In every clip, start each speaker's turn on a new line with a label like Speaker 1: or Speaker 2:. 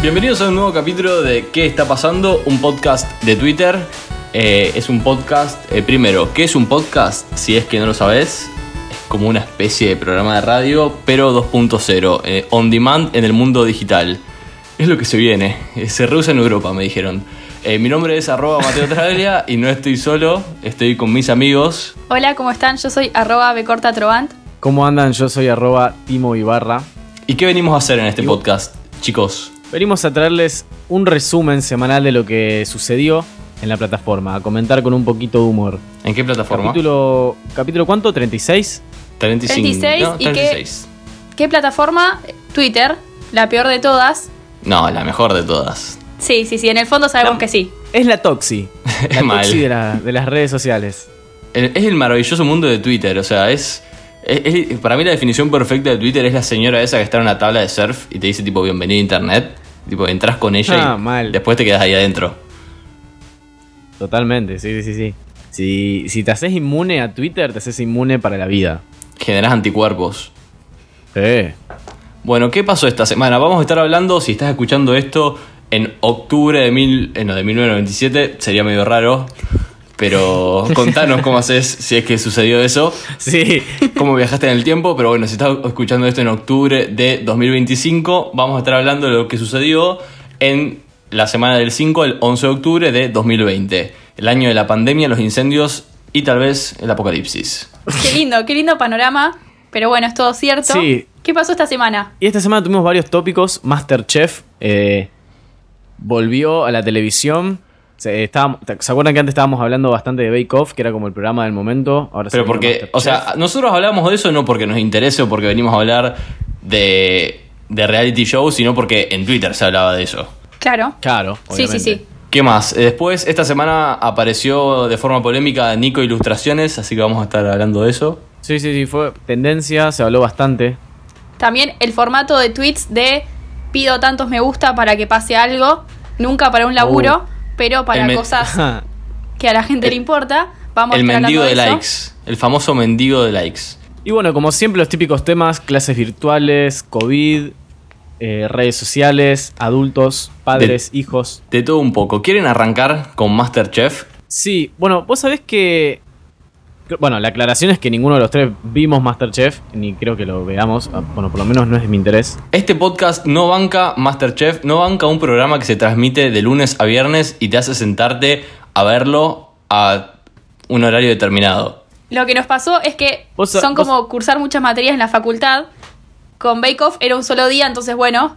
Speaker 1: Bienvenidos a un nuevo capítulo de ¿Qué está pasando? Un podcast de Twitter. Eh, es un podcast, eh, primero, ¿qué es un podcast? Si es que no lo sabes, es como una especie de programa de radio, pero 2.0, eh, on demand en el mundo digital. Es lo que se viene, Eh, se reusa en Europa, me dijeron. Eh, mi nombre es arroba Mateo Traglia y no estoy solo, estoy con mis amigos.
Speaker 2: Hola, ¿cómo están? Yo soy arroba becorta trovant.
Speaker 3: ¿Cómo andan? Yo soy arroba Timo Ibarra.
Speaker 1: ¿Y qué venimos a hacer en este podcast, chicos?
Speaker 3: Venimos a traerles un resumen semanal de lo que sucedió en la plataforma, a comentar con un poquito de humor.
Speaker 1: ¿En qué plataforma?
Speaker 3: Capítulo, ¿Capítulo cuánto? ¿36?
Speaker 1: 35.
Speaker 2: 36,
Speaker 1: ¿no?
Speaker 2: ¿y qué? ¿Qué plataforma? Twitter, la peor de todas.
Speaker 1: No, la mejor de todas.
Speaker 2: Sí, sí, sí, en el fondo sabemos que sí.
Speaker 3: Es la Toxi. La
Speaker 1: mal.
Speaker 3: Toxi de, la- de las redes sociales.
Speaker 1: El- Es el maravilloso mundo de Twitter, o sea, es, es- es- Para mí la definición perfecta de Twitter es la señora esa que está en una tabla de surf y te dice tipo bienvenido a internet. Tipo, entras con ella
Speaker 3: Ah,
Speaker 1: y
Speaker 3: mal.
Speaker 1: después te quedas ahí adentro.
Speaker 3: Totalmente, sí, sí, sí. sí. Si, si te haces inmune a Twitter, te haces inmune para la vida.
Speaker 1: Generás anticuerpos.
Speaker 3: Eh.
Speaker 1: Bueno, ¿qué pasó esta semana? Vamos a estar hablando, si estás escuchando esto, en octubre de, mil, eh, no, de 1997, sería medio raro. Pero contanos cómo haces si es que sucedió eso.
Speaker 3: Sí.
Speaker 1: cómo viajaste en el tiempo, pero bueno, si estás escuchando esto en octubre de 2025, vamos a estar hablando de lo que sucedió en la semana del 5 al 11 de octubre de 2020, el año de la pandemia, los incendios y tal vez el apocalipsis.
Speaker 2: Qué lindo, qué lindo panorama. Pero bueno, es todo cierto.
Speaker 3: Sí.
Speaker 2: ¿Qué pasó esta semana?
Speaker 3: Y esta semana tuvimos varios tópicos. Masterchef eh, volvió a la televisión. Se, estábamos- ¿se acuerdan que antes estábamos hablando bastante de Bake Off, que era como el programa del momento? Ahora se
Speaker 1: Pero
Speaker 3: vino
Speaker 1: porque,
Speaker 3: Masterchef.
Speaker 1: o sea, nosotros hablamos de eso no porque nos interese o porque venimos a hablar de, de reality shows, sino porque en Twitter se hablaba de eso.
Speaker 2: Claro.
Speaker 3: Claro,
Speaker 2: Sí, sí,
Speaker 3: obviamente.
Speaker 2: sí.
Speaker 1: ¿Qué más? Eh, Después, esta semana apareció de forma polémica Nico Ilustraciones, así que vamos a estar hablando de eso.
Speaker 3: Sí, sí, sí, fue tendencia, se habló bastante.
Speaker 2: También el formato de tweets de pido tantos me gusta para que pase algo. Nunca para un laburo, pero
Speaker 1: Uh. El
Speaker 2: para
Speaker 1: me-
Speaker 2: cosas que a la gente le importa. Vamos a
Speaker 1: el
Speaker 2: estar hablando
Speaker 1: mendigo de
Speaker 2: eso.
Speaker 1: likes. El famoso mendigo de likes.
Speaker 3: y bueno, como siempre, los típicos temas, clases virtuales, COVID, eh, redes sociales, adultos, padres, hijos.
Speaker 1: De todo un poco. ¿Quieren arrancar con Masterchef?
Speaker 3: Sí, bueno, vos sabés que. Bueno, la aclaración es que ninguno de los tres vimos Masterchef, ni creo que lo veamos. ah, Bueno, por lo menos no es de mi interés.
Speaker 1: Este podcast no banca Masterchef, no banca un programa que se transmite de lunes a viernes y te hace sentarte a verlo a un horario determinado.
Speaker 2: Lo que nos pasó es que
Speaker 3: Vos sa-
Speaker 2: son
Speaker 3: vos-
Speaker 2: como cursar muchas materias en la facultad. Con Bake Off era un solo día, entonces bueno,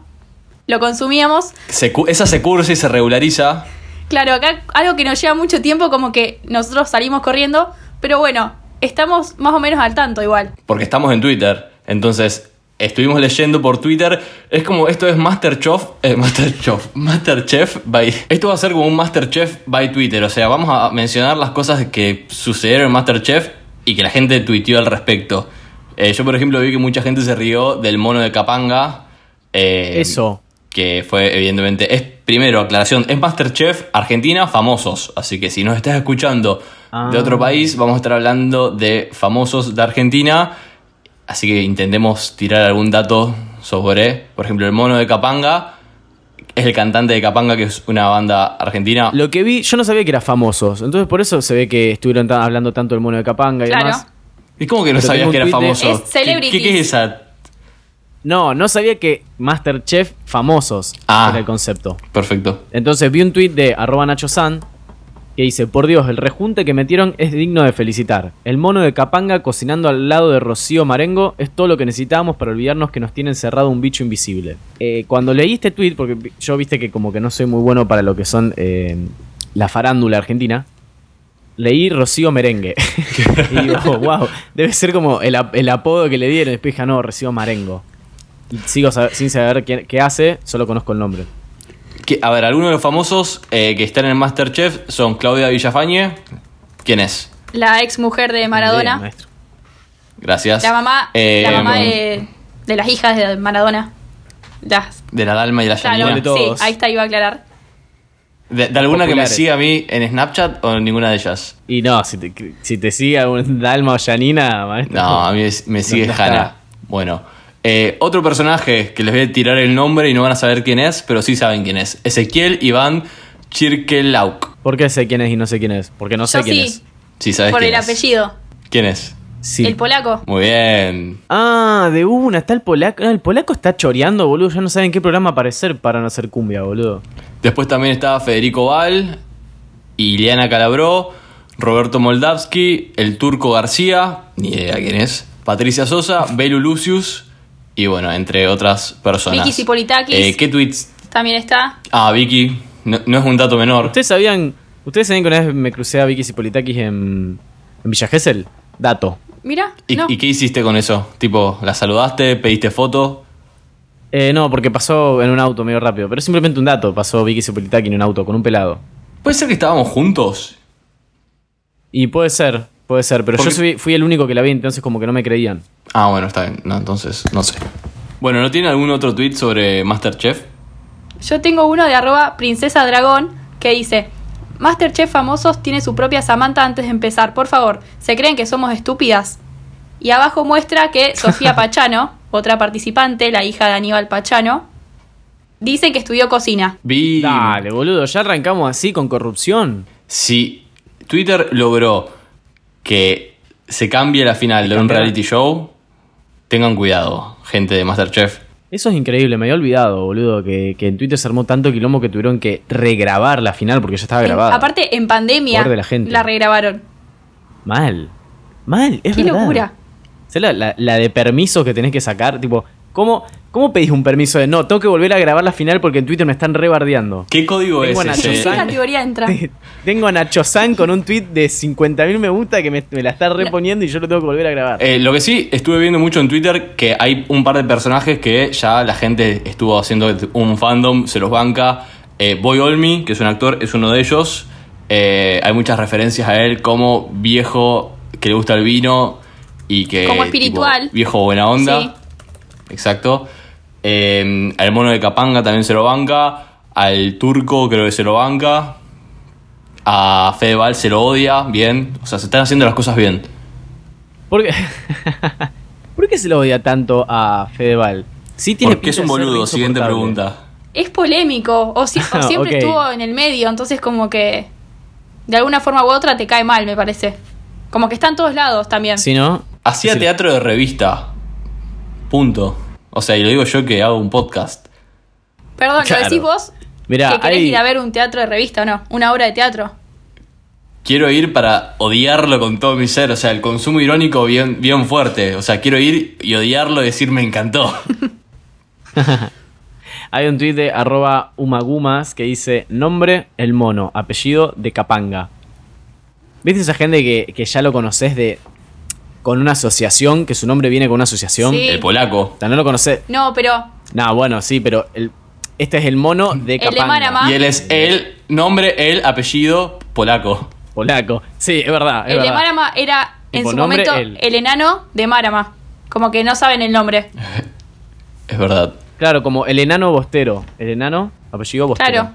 Speaker 2: lo consumíamos.
Speaker 1: Se cu- esa se cursa y se regulariza.
Speaker 2: Claro, acá algo que nos lleva mucho tiempo, como que nosotros salimos corriendo, pero bueno, estamos más o menos al tanto igual.
Speaker 1: porque estamos en Twitter. Entonces, estuvimos leyendo por Twitter. Es como, esto es Masterchef, eh, Masterchef, Masterchef by... Esto va a ser como un Masterchef by Twitter. O sea, vamos a mencionar las cosas que sucedieron en Masterchef y que la gente tuiteó al respecto. Eh, yo, por ejemplo, vi que mucha gente se rió del mono de Capanga. eh,
Speaker 3: Eso.
Speaker 1: Que fue, evidentemente, es primero, aclaración, es Masterchef Argentina famosos. Así que si nos estás escuchando
Speaker 3: Ah.
Speaker 1: de otro país, vamos a estar hablando de famosos de Argentina. Así que intentemos tirar algún dato sobre, por ejemplo, el mono de Capanga. Es el cantante de Capanga, que es una banda argentina.
Speaker 3: Lo que vi, yo no sabía que eran famosos. Entonces, por eso se ve que estuvieron tan- hablando tanto el mono de Capanga y
Speaker 2: Claro.
Speaker 3: demás.
Speaker 1: ¿Y cómo que no
Speaker 3: Pero
Speaker 1: sabías
Speaker 3: tengo un
Speaker 1: que era
Speaker 3: tuit de-
Speaker 1: famoso?
Speaker 2: Es
Speaker 1: ¿Qué-
Speaker 2: celebrities.
Speaker 1: ¿Qué, qué es esa?
Speaker 3: No, no sabía que Masterchef famosos
Speaker 1: Ah.
Speaker 3: era el concepto.
Speaker 1: Perfecto.
Speaker 3: Entonces, vi un tweet de arroba Nacho San que dice: Por Dios, el rejunte que metieron es digno de felicitar. El mono de Capanga cocinando al lado de Rocío Marengo es todo lo que necesitábamos para olvidarnos que nos tienen cerrado un bicho invisible. Eh, cuando leí este tweet, porque vi- yo viste que como que no soy muy bueno para lo que son eh, la farándula argentina. Leí Rocío Merengue. y digo, wow, debe ser como el, ap- el apodo que le dieron. Después dije, "Ah, no, Rocío Marengo. Y Sigo sab- sin saber quién- qué hace, solo conozco el nombre.
Speaker 1: que- a ver, algunos de los famosos eh, que están en Masterchef son Claudia Villafañe. ¿Quién es?
Speaker 2: La ex mujer de
Speaker 3: Sí,
Speaker 2: Maradona.
Speaker 3: maestro.
Speaker 1: Gracias.
Speaker 2: La mamá,
Speaker 1: Eh,
Speaker 2: la mamá de, de las hijas de Maradona. Las.
Speaker 1: de la Dalma y la Yanina.
Speaker 2: Claro,
Speaker 3: de
Speaker 2: sí,
Speaker 3: todos.
Speaker 2: ahí está, iba a aclarar.
Speaker 1: ¿De, de alguna que me
Speaker 3: populares.
Speaker 1: siga a mí en Snapchat o ninguna de ellas?
Speaker 3: Y no, si te, si te sigue algún Dalma o Janina, maestro.
Speaker 1: No, a mí es- me sigue
Speaker 3: no
Speaker 1: Hannah.
Speaker 3: está.
Speaker 1: Bueno, eh, otro personaje que les voy a tirar el nombre y no van a saber quién es, pero sí saben quién es. Ezequiel Iván Chirkelauk.
Speaker 3: ¿Por qué sé quién es y no sé quién es? Porque no sé
Speaker 2: Yo
Speaker 3: quién
Speaker 2: sí,
Speaker 3: es.
Speaker 1: Sí, sabes
Speaker 2: por
Speaker 1: quién
Speaker 2: el
Speaker 1: es.
Speaker 2: apellido.
Speaker 1: ¿Quién es?
Speaker 3: Sí.
Speaker 2: El polaco.
Speaker 1: Muy bien.
Speaker 3: Ah, de una, está el polaco. Ah, el polaco está choreando, boludo. Ya no saben en qué programa aparecer para no hacer cumbia, boludo.
Speaker 1: Después también estaba Federico Val, Ileana Calabró, Roberto Moldavsky, el Turco García, ni idea quién es, Patricia Sosa, Belu Lucius y bueno, entre otras personas.
Speaker 2: Vicky Sipolitakis.
Speaker 1: Eh, ¿Qué tweets?
Speaker 2: También está.
Speaker 1: Ah, Vicky, no, no es un dato menor.
Speaker 3: ¿Ustedes sabían, ustedes sabían que una vez me crucé a Vicky Sipolitakis en, en Villa Gesell? Dato.
Speaker 2: Mira,
Speaker 1: ¿Y,
Speaker 2: no.
Speaker 1: y qué hiciste con eso? Tipo, ¿la saludaste? ¿Pediste foto?
Speaker 3: Eh, no, porque pasó en un auto medio rápido, pero es simplemente un dato. Pasó Vicky Sipolitakis en un auto con un pelado.
Speaker 1: ¿Puede ser que estábamos juntos?
Speaker 3: Y puede ser, puede ser, pero
Speaker 1: Porque-
Speaker 3: yo soy- fui el único que la vi, entonces como que no me creían.
Speaker 1: Ah, bueno, está bien. No, entonces, no sé. Bueno, ¿no tiene algún otro tweet sobre Masterchef?
Speaker 2: Yo tengo uno de arroba princesa dragón que dice, Masterchef famosos tiene su propia Samantha antes de empezar, por favor, ¿se creen que somos estúpidas? Y abajo muestra que Sofía Pachano, otra participante, la hija de Aníbal Pachano, dice que estudió cocina.
Speaker 1: Vi.
Speaker 3: Dale, boludo, ya arrancamos así con corrupción.
Speaker 1: Si Twitter logró que se cambie la final de un
Speaker 3: cambiará.
Speaker 1: reality show, tengan cuidado, gente de Masterchef.
Speaker 3: Eso es increíble, me había olvidado, boludo, que, que en Twitter se armó tanto quilombo que tuvieron que regrabar la final porque ya estaba
Speaker 2: En-
Speaker 3: grabada.
Speaker 2: aparte, en pandemia
Speaker 3: Poder de la gente.
Speaker 2: regrabaron.
Speaker 3: Mal. Mal, es
Speaker 2: ¡Qué
Speaker 3: verdad.
Speaker 2: locura!
Speaker 3: ¿Sabés la, la- la de permisos que tenés que sacar? Tipo, ¿cómo, ¿cómo pedís un permiso de no? Tengo que volver a grabar la final porque en Twitter me están rebardeando.
Speaker 1: ¿Qué código
Speaker 3: Tengo a
Speaker 1: es
Speaker 3: Nacho
Speaker 2: ¿En
Speaker 1: ese?
Speaker 2: qué
Speaker 3: Sánchez.
Speaker 2: categoría entra?
Speaker 3: Tengo a Nacho San con un tweet de 50.000 me gusta que me, me la está reponiendo y yo lo tengo que volver a grabar.
Speaker 1: Eh, lo que sí estuve viendo mucho en Twitter que hay un par de personajes que ya la gente estuvo haciendo un fandom, se los banca. Eh, Boy Olmi, que es un actor, es uno de ellos. Eh, hay muchas referencias a él como viejo que le gusta el vino y que.
Speaker 2: Como
Speaker 1: tipo,
Speaker 2: espiritual.
Speaker 1: viejo buena onda.
Speaker 2: Sí.
Speaker 1: Exacto. Eh, al mono de Capanga también se lo banca. Al turco creo que se lo banca. A Fedeval se lo odia. Bien. O sea, se están haciendo las cosas bien.
Speaker 3: ¿Por qué, ¿Por qué se lo odia tanto a Fedeval? Sí tiene
Speaker 1: Porque es un
Speaker 3: pinta de ser
Speaker 1: boludo. Siguiente
Speaker 3: insoportable.
Speaker 1: pregunta.
Speaker 2: Es polémico, o, si- o siempre
Speaker 3: Ok.
Speaker 2: estuvo en el medio, entonces como que de alguna forma u otra te cae mal, me parece. Como que está en todos lados también.
Speaker 3: Si no,
Speaker 1: Hacía
Speaker 3: Sí.
Speaker 1: teatro de revista. Punto. O sea, y lo digo yo que hago un podcast.
Speaker 2: Perdón,
Speaker 3: Claro.
Speaker 2: ¿lo decís vos?
Speaker 3: Mirá,
Speaker 2: que querés
Speaker 3: hay-
Speaker 2: ir a ver un teatro de revista o no, una obra de teatro.
Speaker 1: Quiero ir para odiarlo con todo mi ser. O sea, el consumo irónico bien, bien fuerte. O sea, quiero ir y odiarlo y decir me encantó.
Speaker 3: Hay un tuit de arroba umagumas que dice nombre el mono, apellido de Capanga. ¿Viste esa gente que, que ya lo conoces de con una asociación, que su nombre viene con una asociación?
Speaker 2: Sí.
Speaker 1: El polaco.
Speaker 3: O sea, no lo conoces.
Speaker 2: No, pero
Speaker 3: No, bueno, sí, pero el- este es el mono de
Speaker 2: El de
Speaker 3: Capanga.
Speaker 2: Marama.
Speaker 1: Y él es el nombre, el apellido polaco.
Speaker 3: Polaco. Sí, es verdad. es
Speaker 2: el de
Speaker 3: verdad.
Speaker 2: Marama era en
Speaker 3: Tipo,
Speaker 2: su
Speaker 3: nombre,
Speaker 2: momento
Speaker 3: él.
Speaker 2: el enano de Marama. Como que no saben el nombre.
Speaker 1: Es verdad.
Speaker 3: Claro, como el enano bostero. El enano, apellido bostero.
Speaker 2: Claro,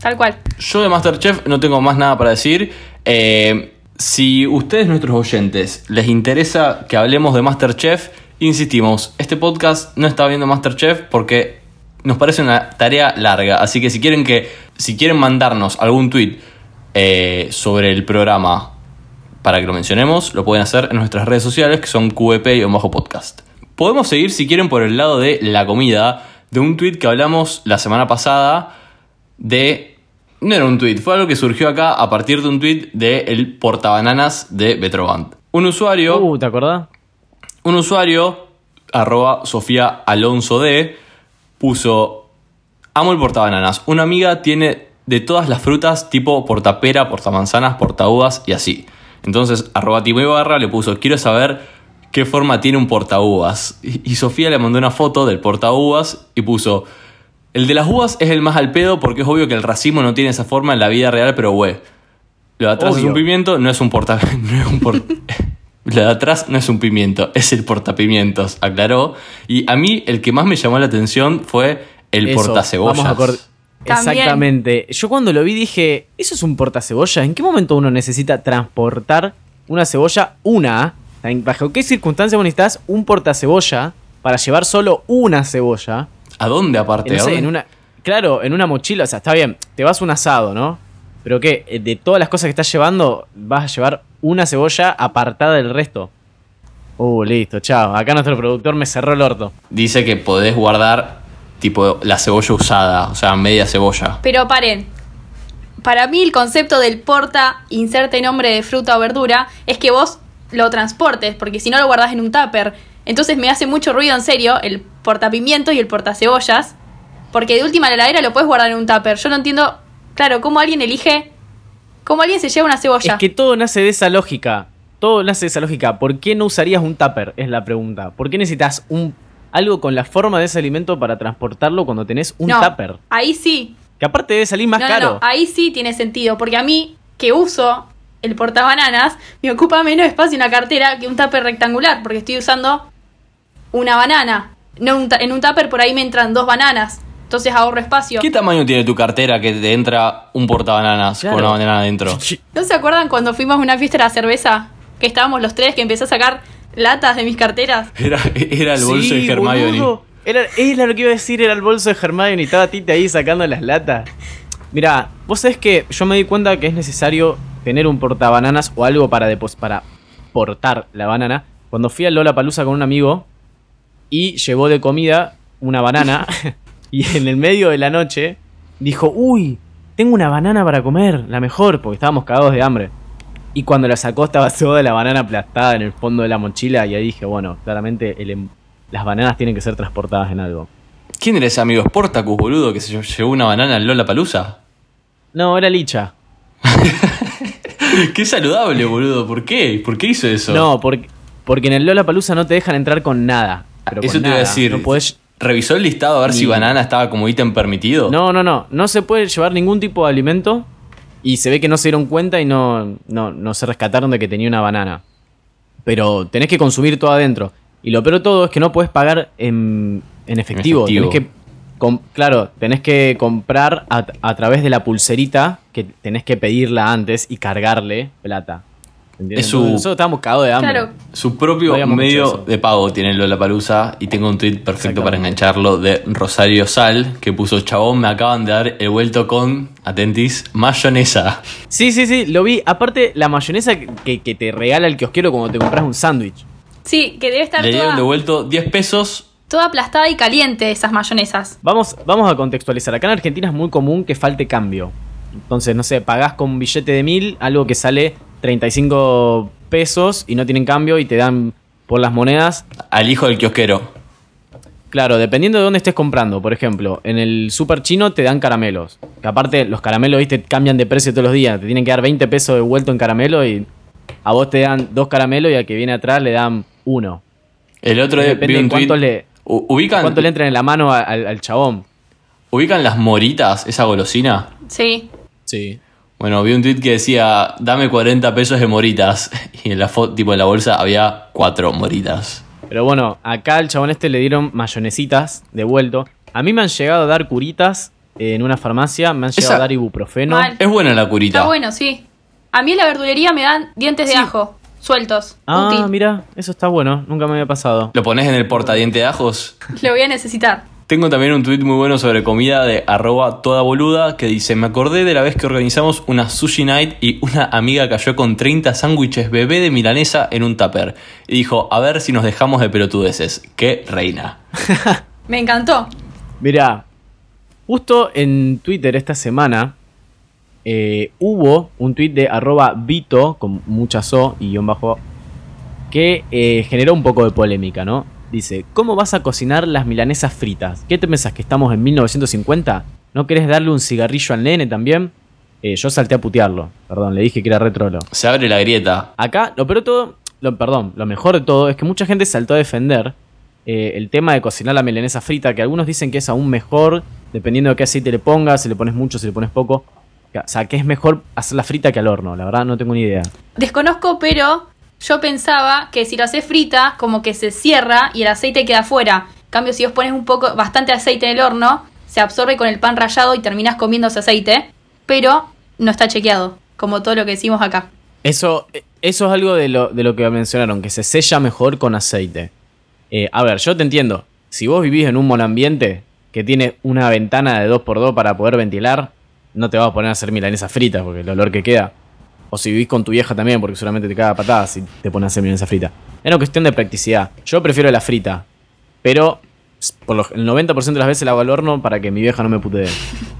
Speaker 2: tal cual.
Speaker 1: Yo de Masterchef no tengo más nada para decir. Eh, si ustedes, nuestros oyentes, les interesa que hablemos de Masterchef, insistimos, este podcast no está viendo Masterchef porque nos parece una tarea larga. Así que si quieren que. Si quieren mandarnos algún tweet eh, sobre el programa para que lo mencionemos, lo pueden hacer en nuestras redes sociales que son QEP y un bajo podcast. Podemos seguir, si quieren, por el lado de la comida, de un tweet que hablamos la semana pasada de... No era un tweet, fue algo que surgió acá a partir de un tweet de el portabananas de Betroband. Un usuario
Speaker 3: Uh, ¿te acordás?
Speaker 1: un usuario, arroba Sofía Alonso D, puso, amo el portabananas. Una amiga tiene de todas las frutas, tipo portapera, portamanzanas, portaúvas y así. Entonces, arroba Timo Ibarra le puso, quiero saber qué forma tiene un portaúvas. Y, y Sofía le mandó una foto del portaúvas y puso, El de las uvas es el más al pedo porque es obvio que el racimo no tiene esa forma en la vida real, pero güey. Lo de atrás
Speaker 3: Obvio.
Speaker 1: es un pimiento, no es un porta. No es un por- Lo de atrás no es un pimiento, es el portapimientos, aclaró. Y a mí el que más me llamó la atención fue el
Speaker 3: Eso,
Speaker 1: portacebollas.
Speaker 3: vamos a acor-
Speaker 2: También.
Speaker 3: Exactamente. Yo cuando lo vi dije, ¿eso es un portacebolla? ¿En qué momento uno necesita transportar una cebolla, una? ¿En- ¿Bajo qué circunstancias vos necesitas un portacebolla para llevar solo una cebolla?
Speaker 1: ¿A dónde aparte?
Speaker 3: En, no
Speaker 1: ¿A
Speaker 3: sé,
Speaker 1: dónde?
Speaker 3: en una, claro, en una mochila. O sea, está bien, te vas a un asado, ¿no? Pero que eh, de todas las cosas que estás llevando, vas a llevar una cebolla apartada del resto. Uh, listo, chao. Acá nuestro productor me cerró el orto.
Speaker 1: Dice que podés guardar tipo la cebolla usada, o sea, media cebolla.
Speaker 2: Pero paren. Para mí el concepto del porta, inserte nombre de fruta o verdura, es que vos lo transportes, porque si no lo guardás en un tupper. Entonces me hace mucho ruido, en serio, el portapimiento y el portacebollas. Porque de última la heladera lo puedes guardar en un tupper. Yo no entiendo, claro, cómo alguien elige, cómo alguien se lleva una cebolla.
Speaker 3: Es que todo nace de esa lógica. Todo nace de esa lógica. ¿Por qué no usarías un tupper? Es la pregunta. ¿Por qué necesitas un, algo con la forma de ese alimento para transportarlo cuando tenés un
Speaker 2: no,
Speaker 3: tupper?
Speaker 2: Ahí sí.
Speaker 3: Que aparte debe salir más
Speaker 2: no, no,
Speaker 3: caro.
Speaker 2: no, ahí sí tiene sentido, porque a mí, que uso el portabananas, me ocupa menos espacio una cartera que un tupper rectangular, porque estoy usando una banana. No un ta- en un tupper por ahí me entran dos bananas, entonces ahorro espacio.
Speaker 1: ¿Qué tamaño tiene tu cartera que te entra un portabananas
Speaker 3: Claro.
Speaker 1: con una banana adentro?
Speaker 2: ¿No se acuerdan cuando fuimos a una fiesta de la cerveza? Que estábamos los tres, que empecé a sacar latas de mis carteras.
Speaker 1: Era, era el bolso
Speaker 3: Sí,
Speaker 1: de Hermione.
Speaker 3: boludo. Era, era lo que iba a decir, era el bolso de Hermione y estaba Tita ahí sacando las latas. Mirá, vos sabés que yo me di cuenta que es necesario tener un portabananas o algo para, depos- para portar la banana. Cuando fui a Lola Palusa con un amigo y llevó de comida una banana y en el medio de la noche dijo, uy, tengo una banana para comer, la mejor, porque estábamos cagados de hambre. Y cuando la sacó estaba toda la banana aplastada en el fondo de la mochila y ahí dije, bueno, claramente el em- las bananas tienen que ser transportadas en algo.
Speaker 1: ¿Quién era ese amigo Sportacus, boludo, que se lle- llevó una banana en Lola Palusa?
Speaker 3: No, era licha.
Speaker 1: Qué saludable, boludo. ¿Por qué? ¿Por qué hizo eso?
Speaker 3: No, porque, porque en el Lola Palusa no te dejan entrar con nada. pero
Speaker 1: eso te
Speaker 3: con
Speaker 1: iba a
Speaker 3: nada.
Speaker 1: decir.
Speaker 3: No, podés-
Speaker 1: ¿Revisó el listado a ver si
Speaker 3: Ni-
Speaker 1: banana estaba como ítem permitido?
Speaker 3: no, no, no. No se puede llevar ningún tipo de alimento y se ve que no se dieron cuenta y no, no, no se rescataron de que tenía una banana. Pero tenés que consumir todo adentro. Y lo peor de todo es que no podés pagar en, en efectivo.
Speaker 1: efectivo.
Speaker 3: Tenés que. com- claro, tenés que comprar a, a través de la pulserita que tenés que pedirla antes y cargarle plata. ¿Entiendes?
Speaker 1: Es su-
Speaker 3: Entonces, Nosotros estábamos cagados de hambre.
Speaker 2: Claro.
Speaker 1: Su
Speaker 3: No
Speaker 1: propio
Speaker 3: habíamos dicho
Speaker 1: medio
Speaker 3: eso.
Speaker 1: de pago tiene Lola Palusa y tengo un tweet perfecto para
Speaker 3: Exactamente.
Speaker 1: engancharlo de Rosario Sal que puso chabón me acaban de dar el vuelto con atentis mayonesa.
Speaker 3: Sí, sí, sí, lo vi. Aparte, la mayonesa que- que, que te regala el kiosquero cuando te compras un sándwich.
Speaker 2: Sí, que debe estar
Speaker 1: Le dieron
Speaker 2: toda,
Speaker 1: devuelto 10 pesos.
Speaker 2: toda aplastada y caliente esas mayonesas.
Speaker 3: Vamos, vamos a contextualizar. Acá en Argentina es muy común que falte cambio. Entonces, no sé, pagás con un billete de mil algo que sale 35 pesos y no tienen cambio y te dan por las monedas.
Speaker 1: Al hijo del kiosquero.
Speaker 3: Claro, dependiendo de dónde estés comprando. Por ejemplo, en el super chino te dan caramelos. Que aparte, los caramelos, viste, cambian de precio todos los días. Te tienen que dar 20 pesos de vuelto en caramelo y a vos te dan dos caramelos y al que viene atrás le dan uno.
Speaker 1: El otro día
Speaker 3: Depende
Speaker 1: vi un
Speaker 3: de cuánto
Speaker 1: tweet.
Speaker 3: le-
Speaker 1: U- ubican,
Speaker 3: ¿Cuánto le entran en la mano a- al, al chabón?
Speaker 1: ¿Ubican las moritas, esa golosina?
Speaker 2: Sí.
Speaker 3: Sí.
Speaker 1: Bueno, vi un tweet que decía, dame 40 pesos de moritas. Y en la foto, tipo en la bolsa, había cuatro moritas.
Speaker 3: Pero bueno, acá al chabón este le dieron mayonesitas de vuelto. A mí me han llegado a dar curitas en una farmacia, me han llegado
Speaker 1: Esa-
Speaker 3: a dar ibuprofeno.
Speaker 2: Mal.
Speaker 1: Es buena la curita.
Speaker 2: Está bueno, sí. A mí en la verdulería me dan dientes de ajo, sueltos.
Speaker 3: Ah,
Speaker 2: útil.
Speaker 3: mira, eso está bueno, nunca me había pasado.
Speaker 1: ¿Lo pones en el portadiente de ajos?
Speaker 2: Lo voy a necesitar.
Speaker 1: Tengo también un tweet muy bueno sobre comida de arroba toda boluda que dice, me acordé de la vez que organizamos una sushi night y una amiga cayó con 30 sándwiches bebé de milanesa en un tupper. Y dijo, a ver si nos dejamos de pelotudeces. ¡Qué reina!
Speaker 2: Me encantó.
Speaker 3: Mirá, justo en Twitter esta semana eh, hubo un tweet de arroba Vito, con muchas O y guión bajo, que eh, generó un poco de polémica, ¿no? Dice, ¿cómo vas a cocinar las milanesas fritas? ¿Qué te pensás que estamos en 1950? ¿No querés darle un cigarrillo al nene también? Eh, yo salté a putearlo, perdón, le dije que era retrolo.
Speaker 1: Se abre la grieta.
Speaker 3: Acá, lo peor de todo, lo, perdón, lo mejor de todo es que mucha gente saltó a defender eh, el tema de cocinar la melanesa frita, que algunos dicen que es aún mejor Dependiendo de qué aceite le pongas, si le pones mucho, si le pones poco. O sea, que es mejor hacerla frita que al horno, la verdad no tengo ni idea.
Speaker 2: Desconozco, pero yo pensaba que si lo haces frita, como que se cierra y el aceite queda afuera. En cambio, si vos pones un poco, bastante aceite en el horno, se absorbe con el pan rallado y terminás comiendo ese aceite. Pero no está chequeado, como todo lo que decimos acá.
Speaker 3: Eso, eso es algo de lo, de lo que mencionaron, que se sella mejor con aceite. Eh, a ver, yo te entiendo. Si vos vivís en un monoambiente que tiene una ventana de 2x2 para poder ventilar, no te vas a poner a hacer milanesas fritas porque el olor que queda. O si vivís con tu vieja también, porque solamente te caga a patadas si te pones a hacer milanesa frita. Es una cuestión de practicidad. Yo prefiero la frita, pero por lo- el 90% de las veces la hago al horno para que mi vieja no me putee.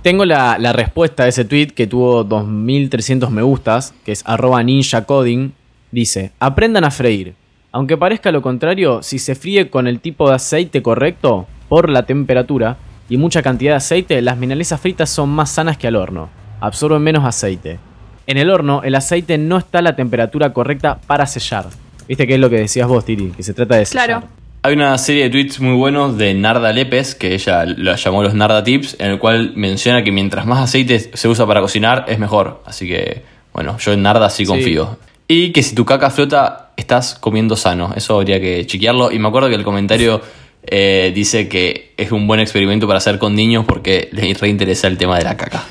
Speaker 3: Tengo la, la respuesta a ese tweet que tuvo 2300 me gustas, que es arroba ninjacoding. Dice, aprendan a freír. Aunque parezca lo contrario, si se fríe con el tipo de aceite correcto, por la temperatura y mucha cantidad de aceite, las milanesas fritas son más sanas que al horno. Absorben menos aceite. En el horno, el aceite no está a la temperatura correcta para sellar. Viste que es lo que decías vos, Tiri, que se trata de sellar.
Speaker 2: Claro.
Speaker 1: Hay una serie de tweets muy buenos de Narda Lépez, que ella lo llamó los Narda Tips, en el cual menciona que mientras más aceite se usa para cocinar, es mejor. Así que, bueno, yo en Narda sí confío. Y que si tu caca flota, estás comiendo sano. Eso habría que chequearlo. Y me acuerdo que el comentario eh, dice que es un buen experimento para hacer con niños porque les reinteresa el tema de la caca.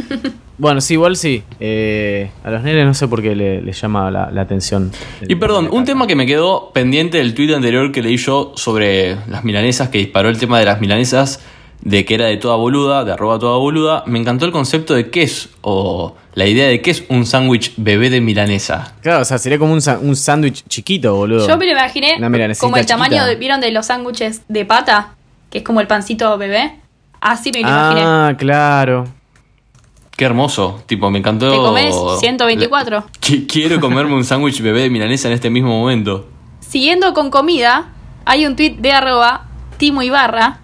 Speaker 3: Bueno, sí, igual sí. Eh, a los nenes no sé por qué le- les llama la, la atención.
Speaker 1: Y perdón, un tema que me quedó pendiente del tuit anterior que leí yo sobre las milanesas, que disparó el tema de las milanesas, de que era de toda boluda, de arroba toda boluda, me encantó el concepto de qué es, o la idea de qué es un sándwich bebé de milanesa.
Speaker 3: Claro, o sea, sería como un sa- un sándwich chiquito, boludo.
Speaker 2: Yo me lo imaginé
Speaker 3: Una milanesita
Speaker 2: como el
Speaker 3: chiquita.
Speaker 2: tamaño, de- ¿vieron? De los sándwiches de pata, que es como el pancito bebé. Así me lo imaginé.
Speaker 3: Ah, claro.
Speaker 1: Qué hermoso, tipo, me encantó...
Speaker 2: Te comes 124.
Speaker 1: Qui- Quiero comerme un sándwich bebé de milanesa en este mismo momento.
Speaker 2: Siguiendo con comida, hay un tweet de arroba Timo Ibarra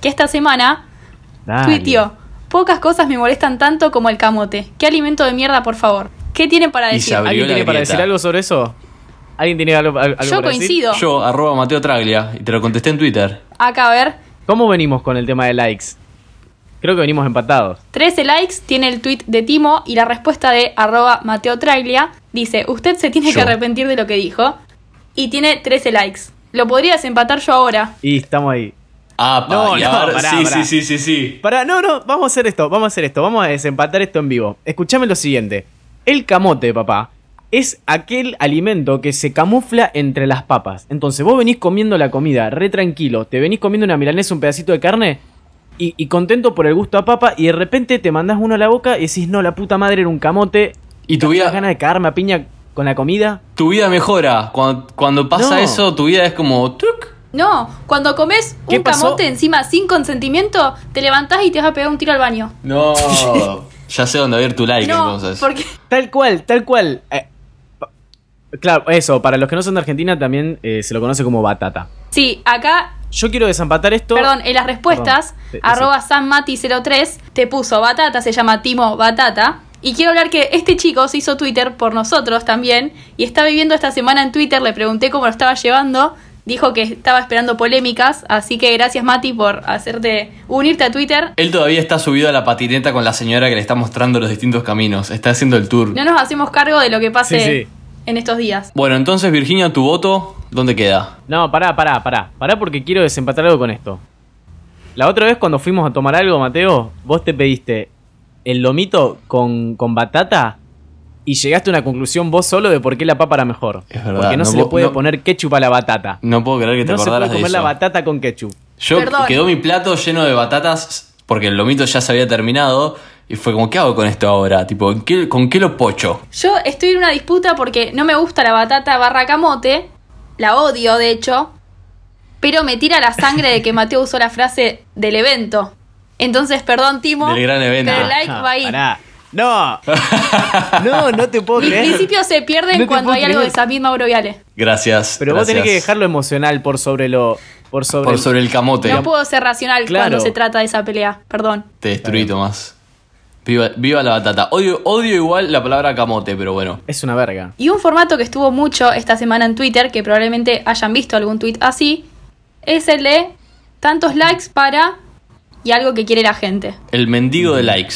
Speaker 2: que esta semana
Speaker 3: Dale.
Speaker 2: tuiteó: Pocas cosas me molestan tanto como el camote. ¿Qué alimento de mierda, por favor? ¿Qué tienen para
Speaker 1: Y
Speaker 2: decir?
Speaker 1: sabe- Abrió
Speaker 3: ¿Alguien
Speaker 1: la
Speaker 3: tiene para
Speaker 1: grieta.
Speaker 3: decir algo sobre eso? ¿Alguien tiene algo, al- algo
Speaker 2: Yo
Speaker 3: para decir?
Speaker 2: coincido.
Speaker 1: Yo, arroba Mateo Traglia, y te lo contesté en Twitter.
Speaker 2: Acá, a ver,
Speaker 3: ¿Cómo venimos con el tema de likes? Creo que venimos empatados.
Speaker 2: 13 likes tiene el tweet de Timo y la respuesta de arroba Mateo Traglia dice, usted se tiene
Speaker 1: Yo.
Speaker 2: que arrepentir de lo que dijo. Y tiene 13 likes. Lo podría desempatar yo ahora.
Speaker 3: Y estamos ahí.
Speaker 1: Ah,
Speaker 3: No, no, pará,
Speaker 1: sí, sí,
Speaker 3: pará.
Speaker 1: sí, sí, sí.
Speaker 3: Pará, no, no, vamos a hacer esto, vamos a hacer esto, vamos a desempatar esto en vivo. Escuchame lo siguiente. El camote, papá, es aquel alimento que se camufla entre las papas. Entonces vos venís comiendo la comida re tranquilo, te venís comiendo una milanesa, un pedacito de carne y, y contento por el gusto a papa y de repente te mandás uno a la boca y decís, no, la puta madre era un camote.
Speaker 1: Y tu
Speaker 3: ¿Tuvieras
Speaker 1: vida,
Speaker 3: ganas de cagarme a piña con la comida?
Speaker 1: tu vida mejora. Cuando, cuando pasa
Speaker 3: No.
Speaker 1: eso, tu vida es como... tuc,
Speaker 2: No, cuando comes
Speaker 3: ¿Qué
Speaker 2: un
Speaker 3: pasó?
Speaker 2: camote encima sin consentimiento, te levantás y te vas a pegar un tiro al baño.
Speaker 1: No. ya sé dónde abrir tu like
Speaker 2: no,
Speaker 1: entonces.
Speaker 2: porque
Speaker 3: Tal cual, tal cual. Eh, pa- claro, eso, para los que no son de Argentina también eh, se lo conoce como batata.
Speaker 2: sí, acá,
Speaker 3: Yo quiero desempatar esto.
Speaker 2: perdón, en las respuestas,
Speaker 3: Perdón. Sí, sí.
Speaker 2: arroba sanmati03 te puso batata, se llama Timo Batata. Y quiero hablar que este chico se hizo Twitter por nosotros también y está viviendo esta semana en Twitter, le pregunté cómo lo estaba llevando, dijo que estaba esperando polémicas, así que gracias Mati por hacerte unirte a Twitter.
Speaker 1: Él todavía está subido a la patineta con la señora que le está mostrando los distintos caminos. Está haciendo el tour.
Speaker 2: No nos hacemos cargo de lo que pase
Speaker 3: Sí, sí.
Speaker 2: en estos días.
Speaker 1: Bueno, entonces, Virginia, tu voto, ¿dónde queda?
Speaker 3: No, pará, pará, pará. Pará porque quiero desempatar algo con esto. La otra vez cuando fuimos a tomar algo, Mateo, vos te pediste el lomito con, con batata y llegaste a una conclusión vos solo de por qué la papa era mejor.
Speaker 1: Es verdad,
Speaker 3: porque
Speaker 1: no
Speaker 3: no, se le
Speaker 1: po-
Speaker 3: puede
Speaker 1: no-
Speaker 3: poner ketchup a la batata.
Speaker 1: No puedo creer que te
Speaker 3: No se puede
Speaker 1: acordaras de
Speaker 3: comer
Speaker 1: eso.
Speaker 3: la batata con ketchup.
Speaker 2: Eh,
Speaker 1: Yo
Speaker 2: Perdón.
Speaker 1: quedó mi plato lleno de batatas porque el lomito ya se había terminado y fue como, ¿qué hago con esto ahora? Tipo, ¿en qué- ¿con qué lo pocho?
Speaker 2: Yo estoy en una disputa porque no me gusta la batata barra camote, la odio de hecho, pero me tira la sangre de que Mateo usó la frase del evento. Entonces, perdón, Timo.
Speaker 1: Del gran evento.
Speaker 2: Pero el like va ahí.
Speaker 3: Pará. No. No, no te puedo
Speaker 2: Mis
Speaker 3: creer.
Speaker 2: principios se pierden
Speaker 3: No te
Speaker 2: cuando
Speaker 3: puedo
Speaker 2: hay algo de
Speaker 3: creer.
Speaker 2: Samir Mauro Viale.
Speaker 1: Gracias.
Speaker 3: Pero vos tenés
Speaker 1: gracias.
Speaker 3: que dejarlo emocional por sobre lo. Por sobre.
Speaker 1: Por
Speaker 3: el-
Speaker 1: sobre el camote.
Speaker 2: No puedo ser racional
Speaker 3: Claro.
Speaker 2: cuando se trata de esa pelea, perdón.
Speaker 1: Te destruí, Tomás. Viva, viva la batata. Odio, odio igual la palabra camote, pero bueno.
Speaker 3: Es una verga.
Speaker 2: Y un formato que estuvo mucho esta semana en Twitter, que probablemente hayan visto algún tweet así, es el de tantos likes para y algo que quiere la gente.
Speaker 1: El mendigo de likes.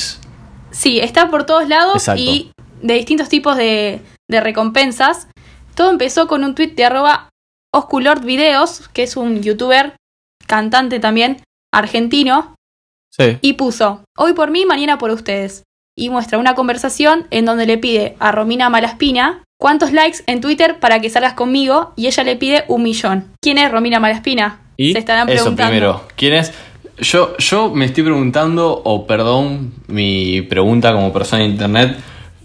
Speaker 2: Sí, está por todos lados
Speaker 3: Exacto.
Speaker 2: y de distintos tipos de, de recompensas. Todo empezó con un tweet de arroba Osculord Videos, que es un youtuber, cantante también, argentino,
Speaker 3: Sí.
Speaker 2: y puso, hoy por mí, mañana por ustedes. Y muestra una conversación en donde le pide a Romina Malaspina cuántos likes en Twitter para que salgas conmigo y ella le pide un millón. ¿Quién es Romina Malaspina?
Speaker 3: ¿Y?
Speaker 2: Se estarán
Speaker 1: Eso
Speaker 2: preguntando.
Speaker 1: primero. ¿Quién es? Yo, yo me estoy preguntando, o perdón, mi pregunta como persona de internet.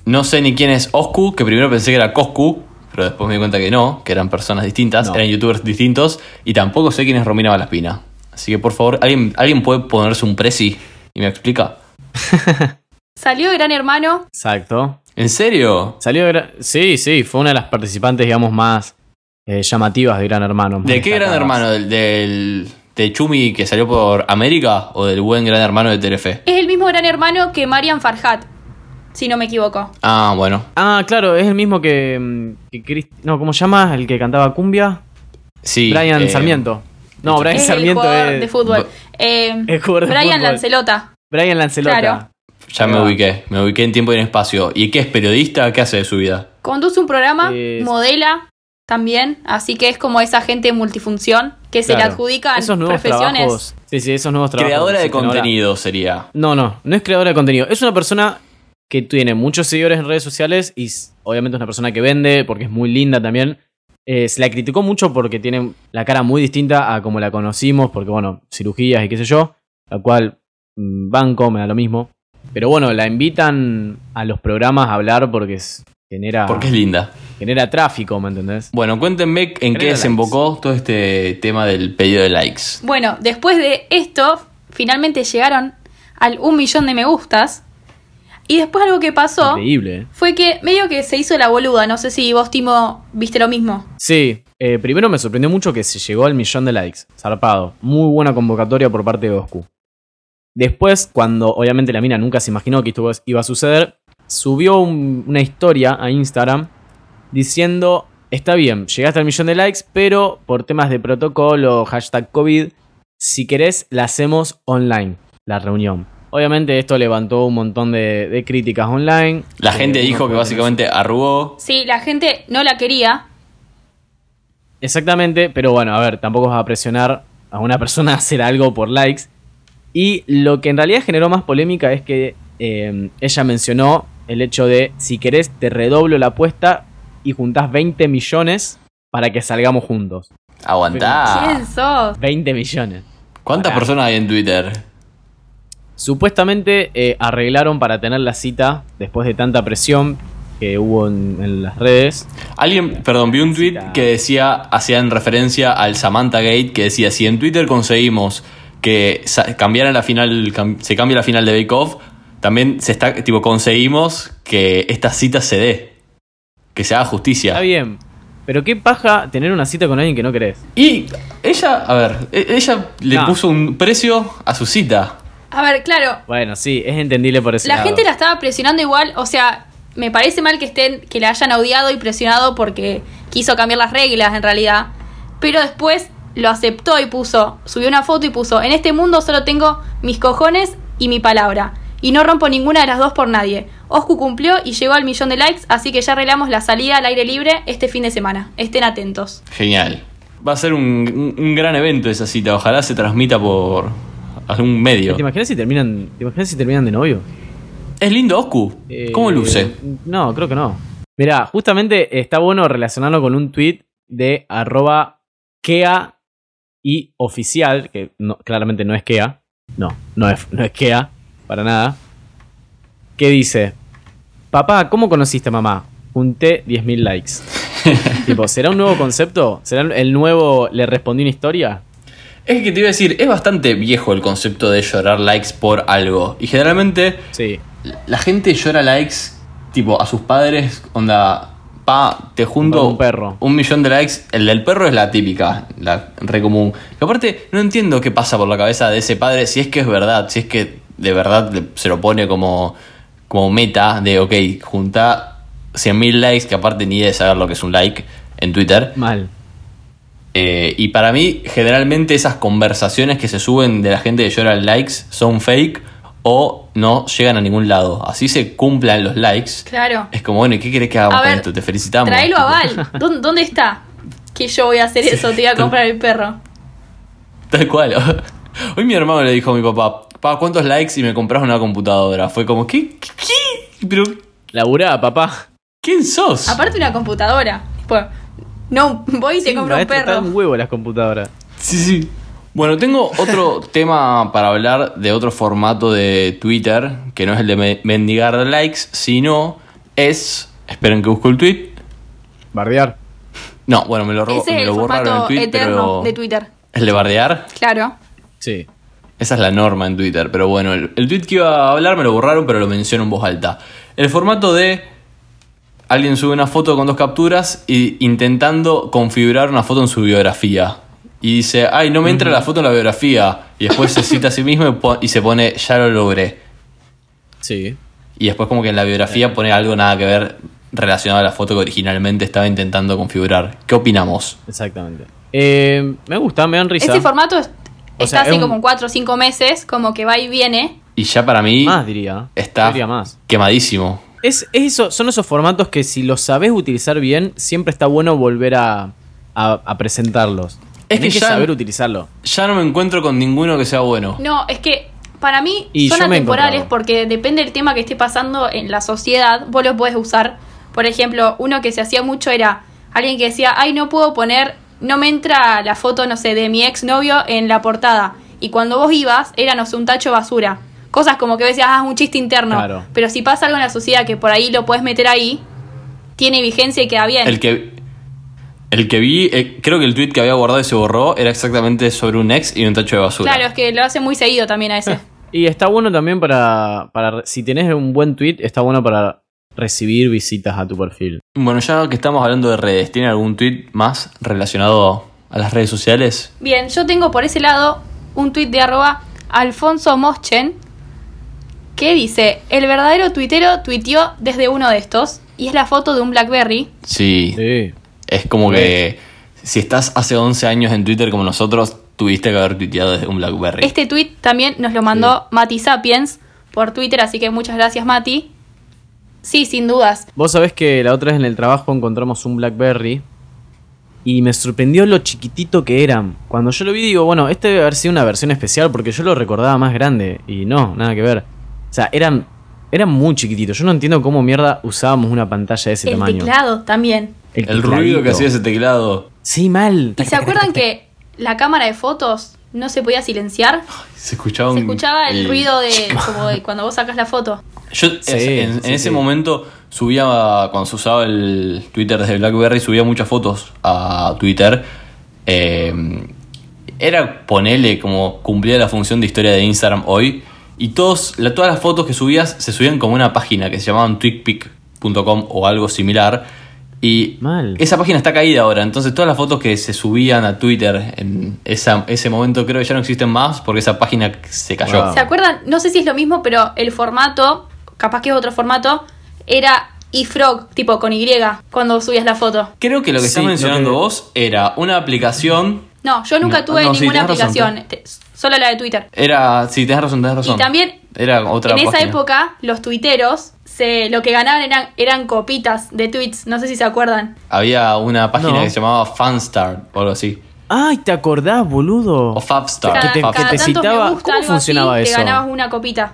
Speaker 1: No sé ni quién es Oscu, que primero pensé que era Coscu, pero después me di cuenta que no, que eran personas distintas,
Speaker 3: No.
Speaker 1: eran youtubers distintos, y tampoco sé quién es Romina Balaspina. Así que por favor, ¿alguien, alguien puede ponerse un presi y me explica.
Speaker 2: Salió Gran Hermano,
Speaker 3: Exacto.
Speaker 1: ¿En serio?
Speaker 3: Salió. gra- Sí, sí, fue una de las participantes, digamos, más eh, llamativas de Gran Hermano. más
Speaker 1: ¿De qué gran
Speaker 3: destacadas.
Speaker 1: hermano? ¿Del, del de Chumi que salió por América o del buen gran hermano de Telefe?
Speaker 2: es el mismo Gran Hermano que Marian Farhat, si no me equivoco.
Speaker 1: Ah, bueno.
Speaker 3: Ah, claro, es el mismo que. mm, que Crist- No, ¿cómo se llama? El que cantaba Cumbia.
Speaker 1: Sí.
Speaker 3: Brian
Speaker 1: eh,
Speaker 3: Sarmiento. No, Brian
Speaker 2: Es el
Speaker 3: Sarmiento
Speaker 2: jugador
Speaker 3: es.
Speaker 2: de fútbol.
Speaker 1: Bu-
Speaker 2: Eh,
Speaker 3: es jugador de
Speaker 2: Brian
Speaker 3: fútbol.
Speaker 2: Lancelota.
Speaker 3: Brian Lancelota.
Speaker 2: Claro.
Speaker 1: Ya me ubiqué, me ubiqué en tiempo y en espacio. ¿Y qué es periodista? ¿Qué hace de su vida?
Speaker 2: Conduce un programa,
Speaker 3: Es-
Speaker 2: modela también, así que es como esa gente multifunción que se le
Speaker 3: Claro.
Speaker 2: adjudican
Speaker 3: esos nuevos
Speaker 2: profesiones.
Speaker 3: Trabajos, sí, sí, esos nuevos trabajos.
Speaker 1: Creadora
Speaker 3: que
Speaker 1: de
Speaker 3: existen ahora.
Speaker 1: contenido sería.
Speaker 3: No, no, no es creadora de contenido. Es una persona que tiene muchos seguidores en redes sociales y s- obviamente es una persona que vende porque es muy linda también. Eh, se la criticó mucho porque tiene la cara muy distinta a como la conocimos, porque bueno, cirugías y qué sé yo, la cual mm, banco, me da lo mismo. Pero bueno, la invitan a los programas a hablar porque es- genera,
Speaker 1: Porque es linda.
Speaker 3: genera tráfico, ¿me entendés?
Speaker 1: Bueno, cuéntenme en qué
Speaker 3: likes.
Speaker 1: desembocó todo este tema del pedido de likes.
Speaker 2: Bueno, después de esto, finalmente llegaron al un millón de me gustas. Y después algo que pasó
Speaker 3: Increíble. ¿eh?
Speaker 2: fue que medio que se hizo la boluda. No sé si vos, Timo, viste lo mismo.
Speaker 3: Sí, eh, primero me sorprendió mucho que se llegó al millón de likes. Zarpado. Muy buena convocatoria por parte de Oscu. Después, cuando obviamente la mina nunca se imaginó que esto iba a suceder, subió un- una historia a Instagram diciendo: Está bien, llegaste al millón de likes, pero por temas de protocolo, hashtag COVID, si querés, la hacemos online, la reunión. Obviamente, esto levantó un montón de, de críticas online.
Speaker 1: La
Speaker 3: Eh,
Speaker 1: gente
Speaker 3: uno
Speaker 1: dijo que
Speaker 3: puede-
Speaker 1: básicamente arrugó.
Speaker 2: Sí, la gente no la quería.
Speaker 3: Exactamente, pero bueno, a ver, tampoco vas a presionar a una persona a hacer algo por likes. Y lo que en realidad generó más polémica es que eh, ella mencionó el hecho de, si querés, te redoblo la apuesta y juntás 20 millones para que salgamos juntos.
Speaker 2: ¿Quién
Speaker 3: Ah.
Speaker 1: Aguantá.
Speaker 2: sos?
Speaker 3: 20 millones.
Speaker 1: ¿Cuántas
Speaker 3: Pará.
Speaker 1: personas hay en Twitter?
Speaker 3: Supuestamente eh, arreglaron para tener la cita después de tanta presión que hubo en- en las redes.
Speaker 1: Alguien, perdón, vi un tweet que decía, hacían referencia al Samantha Gate, que decía, si en Twitter conseguimos que sa- cambiaran la final, cam- se cambie la final de Bake Off, también se está, tipo, conseguimos que esta cita se dé, que se haga
Speaker 3: Está
Speaker 1: justicia.
Speaker 3: bien, pero qué paja tener una cita con alguien que no querés.
Speaker 1: Y ella, a ver, e- ella le
Speaker 3: No.
Speaker 1: puso un precio a su cita.
Speaker 2: A ver, claro,
Speaker 3: Bueno, sí, es entendible por ese
Speaker 2: La
Speaker 3: lado.
Speaker 2: gente la estaba presionando igual, o sea, me parece mal que estén, que la hayan odiado y presionado porque quiso cambiar las reglas en realidad. Pero después lo aceptó y puso, subió una foto y puso, en este mundo solo tengo mis cojones y mi palabra. Y no rompo ninguna de las dos por nadie. Oscu cumplió y llegó al millón de likes, así que ya arreglamos la salida al aire libre este fin de semana. Estén atentos.
Speaker 1: Genial. Va a ser un, un- un gran evento esa cita, ojalá se transmita por algún medio.
Speaker 3: ¿Te imaginas si terminan, te imaginas si terminan de novio?
Speaker 1: Es lindo Oscu.
Speaker 3: Eh,
Speaker 1: ¿Cómo luce?
Speaker 3: No, creo que no. Mirá, justamente está bueno relacionarlo con un tweet de arroba kea y oficial, que no- claramente no es kea. No, no es, no es kea, para nada. Que dice, papá, ¿cómo conociste a mamá? Junté 10.000 likes. tipo, ¿será un nuevo concepto? ¿Será el nuevo le respondí una historia?
Speaker 1: Es que te iba a decir, es bastante viejo el concepto de llorar likes por algo. Y generalmente
Speaker 3: Sí.
Speaker 1: la gente llora likes tipo a sus padres, onda, pa, te junto
Speaker 3: Con un perro.
Speaker 1: un millón de likes. El del perro es la típica, la re común. Que aparte no entiendo qué pasa por la cabeza de ese padre, si es que es verdad, si es que de verdad le- se lo pone como, como meta de, ok, junta 100.000 likes, que aparte ni idea de saber lo que es un like en Twitter.
Speaker 3: Mal.
Speaker 1: Eh, y para mí, generalmente esas conversaciones que se suben de la gente que llora likes son fake o no llegan a ningún lado. Así se cumplan los likes.
Speaker 2: Claro.
Speaker 1: Es como, bueno, ¿y qué querés que hagamos
Speaker 2: A
Speaker 1: con
Speaker 2: ver,
Speaker 1: esto? Te felicitamos.
Speaker 2: Traelo a Val. ¿Dó- ¿Dónde está? Que yo voy a hacer eso, te voy a comprar el perro.
Speaker 1: Tal cual. Hoy mi hermano le dijo a mi papá, papá, ¿cuántos likes y me compras una computadora? Fue como, ¿qué? ¿Qué? ¿Qué? ¿Pero
Speaker 3: Laburá, papá.
Speaker 1: quién sos?
Speaker 2: Aparte una computadora. Tipo, no, voy y te
Speaker 3: Sí,
Speaker 2: compro un
Speaker 3: maestro, está
Speaker 2: perro.
Speaker 3: un huevo las computadoras.
Speaker 1: Sí, sí. Bueno, tengo otro tema para hablar de otro formato de Twitter, que no es el de me- mendigar likes, sino es... Esperen que busco el tweet.
Speaker 3: Bardear.
Speaker 1: No, bueno, me lo, robo,
Speaker 2: Ese
Speaker 1: me
Speaker 2: es
Speaker 1: lo
Speaker 2: el
Speaker 1: borraron el
Speaker 2: formato
Speaker 1: tweet,
Speaker 2: eterno
Speaker 1: pero...
Speaker 2: de Twitter.
Speaker 1: ¿El de bardear?
Speaker 2: Claro.
Speaker 3: Sí.
Speaker 1: Esa es la norma en Twitter, pero bueno, el, el tweet que iba a hablar me lo borraron, pero lo menciono en voz alta. El formato de alguien sube una foto con dos capturas y intentando configurar una foto en su biografía. Y dice, ay, no me entra la foto en la biografía. Y después se cita a sí mismo y, po- y se pone, ya lo logré.
Speaker 3: Sí.
Speaker 1: Y después como que en la biografía pone algo nada que ver relacionado a la foto que originalmente estaba intentando configurar. ¿Qué opinamos?
Speaker 3: Exactamente. Eh, me gusta, me dan risa.
Speaker 2: Este formato es-
Speaker 3: O
Speaker 2: está
Speaker 3: sea,
Speaker 2: así
Speaker 3: es un-
Speaker 2: como 4 o 5 meses, como que va y viene.
Speaker 1: Y ya para mí
Speaker 3: Más diría.
Speaker 1: está
Speaker 3: Diría más.
Speaker 1: quemadísimo.
Speaker 3: Es, es eso, son esos formatos que si los sabés utilizar bien, siempre está bueno volver a, a- a presentarlos.
Speaker 1: Es
Speaker 3: Tenés
Speaker 1: que ya-
Speaker 3: saber utilizarlo.
Speaker 1: Ya no me encuentro con ninguno que sea bueno.
Speaker 2: No, es que para mí
Speaker 3: Y
Speaker 2: son
Speaker 3: yo me he
Speaker 2: atemporales
Speaker 3: encontrado.
Speaker 2: porque depende del tema que esté pasando en la sociedad, vos los podés usar. Por ejemplo, uno que se hacía mucho era alguien que decía, ay, no puedo poner, no me entra la foto, no sé, de mi exnovio en la portada. Y cuando vos ibas, era, no sé, un tacho de basura. Cosas como que vos decías, ah, es un chiste interno.
Speaker 3: Claro.
Speaker 2: Pero si pasa algo en la sociedad que por ahí lo puedes meter ahí, tiene vigencia y queda bien.
Speaker 1: El que. El que vi, eh, creo que el tweet que había guardado y se borró era exactamente sobre un ex y un tacho de basura.
Speaker 2: Claro, es que lo hace muy seguido también a ese.
Speaker 3: Y está bueno también para, para. Si tenés un buen tweet, está bueno para recibir visitas a tu perfil.
Speaker 1: Bueno, ya que estamos hablando de redes, ¿tiene algún tweet más relacionado a las redes sociales?
Speaker 2: Bien, yo tengo por ese lado un tuit de arroba Alfonso Moschen que dice, el verdadero tuitero tuiteó desde uno de estos y es la foto de un Blackberry.
Speaker 1: Sí.
Speaker 3: Sí.
Speaker 1: Es como que. Si estás hace 11 años en Twitter como nosotros, tuviste que haber tuiteado desde un Blackberry.
Speaker 2: Este tuit también nos lo mandó Mati Sapiens por Twitter, así que muchas gracias Mati. Sí, sin dudas.
Speaker 3: Vos sabés que la otra vez en el trabajo encontramos un Blackberry y me sorprendió lo chiquitito que eran. Cuando yo lo vi digo, bueno, este debe haber sido una versión especial porque yo lo recordaba más grande y no, nada que ver. O sea, eran, eran muy chiquititos. Yo no entiendo cómo mierda usábamos una pantalla de ese
Speaker 2: el
Speaker 3: tamaño.
Speaker 2: teclado también.
Speaker 1: el ruido que
Speaker 3: tecladito.
Speaker 1: hacía ese teclado.
Speaker 3: Sí, mal.
Speaker 2: ¿Y se acuerdan que la cámara de fotos no se podía silenciar?
Speaker 1: Se escuchaba un.
Speaker 2: Se escuchaba el ruido de, como de cuando vos sacas la foto.
Speaker 1: Yo
Speaker 3: Sí,
Speaker 1: en- en,
Speaker 3: sí,
Speaker 1: ese
Speaker 3: sí.
Speaker 1: momento subía, cuando se usaba el Twitter desde BlackBerry, subía muchas fotos a Twitter. Eh, era ponerle como cumplía la función de historia de Instagram hoy. Y todos, la- todas las fotos que subías se subían como una página que se llamaba tweetpic.com o algo similar. Y
Speaker 3: Mal.
Speaker 1: esa página está caída ahora, entonces todas las fotos que se subían a Twitter en esa- ese momento creo que ya no existen más porque esa página se cayó.
Speaker 3: Wow.
Speaker 2: ¿Se acuerdan? No sé si es lo mismo, pero el formato, capaz que es otro formato, era eFrog, tipo con Y, cuando subías la foto.
Speaker 1: Creo que lo que
Speaker 3: Sí,
Speaker 1: estás
Speaker 3: lo
Speaker 1: mencionando
Speaker 3: que-
Speaker 1: vos era una aplicación.
Speaker 2: No, yo nunca
Speaker 1: No,
Speaker 2: tuve
Speaker 1: no, sí,
Speaker 2: ninguna
Speaker 1: tenés razón,
Speaker 2: aplicación, te- solo la de Twitter.
Speaker 1: Era. Sí, tenés razón, tenés razón.
Speaker 2: Y también,
Speaker 1: Era otra
Speaker 2: en esa
Speaker 1: página.
Speaker 2: época, los tuiteros, se, lo que ganaban eran, eran copitas de tweets, no sé si se acuerdan.
Speaker 1: Había una página
Speaker 3: No.
Speaker 1: que se llamaba Fanstar o algo así.
Speaker 3: Ay, ¿te acordás, boludo?
Speaker 1: O Fabstar.
Speaker 3: Que te-
Speaker 1: Fab-
Speaker 3: que te
Speaker 2: tantos me
Speaker 3: citaba-
Speaker 2: gusta,
Speaker 3: ¿cómo
Speaker 2: algo
Speaker 3: funcionaba
Speaker 2: así,
Speaker 3: eso?
Speaker 2: Te ganabas una copita.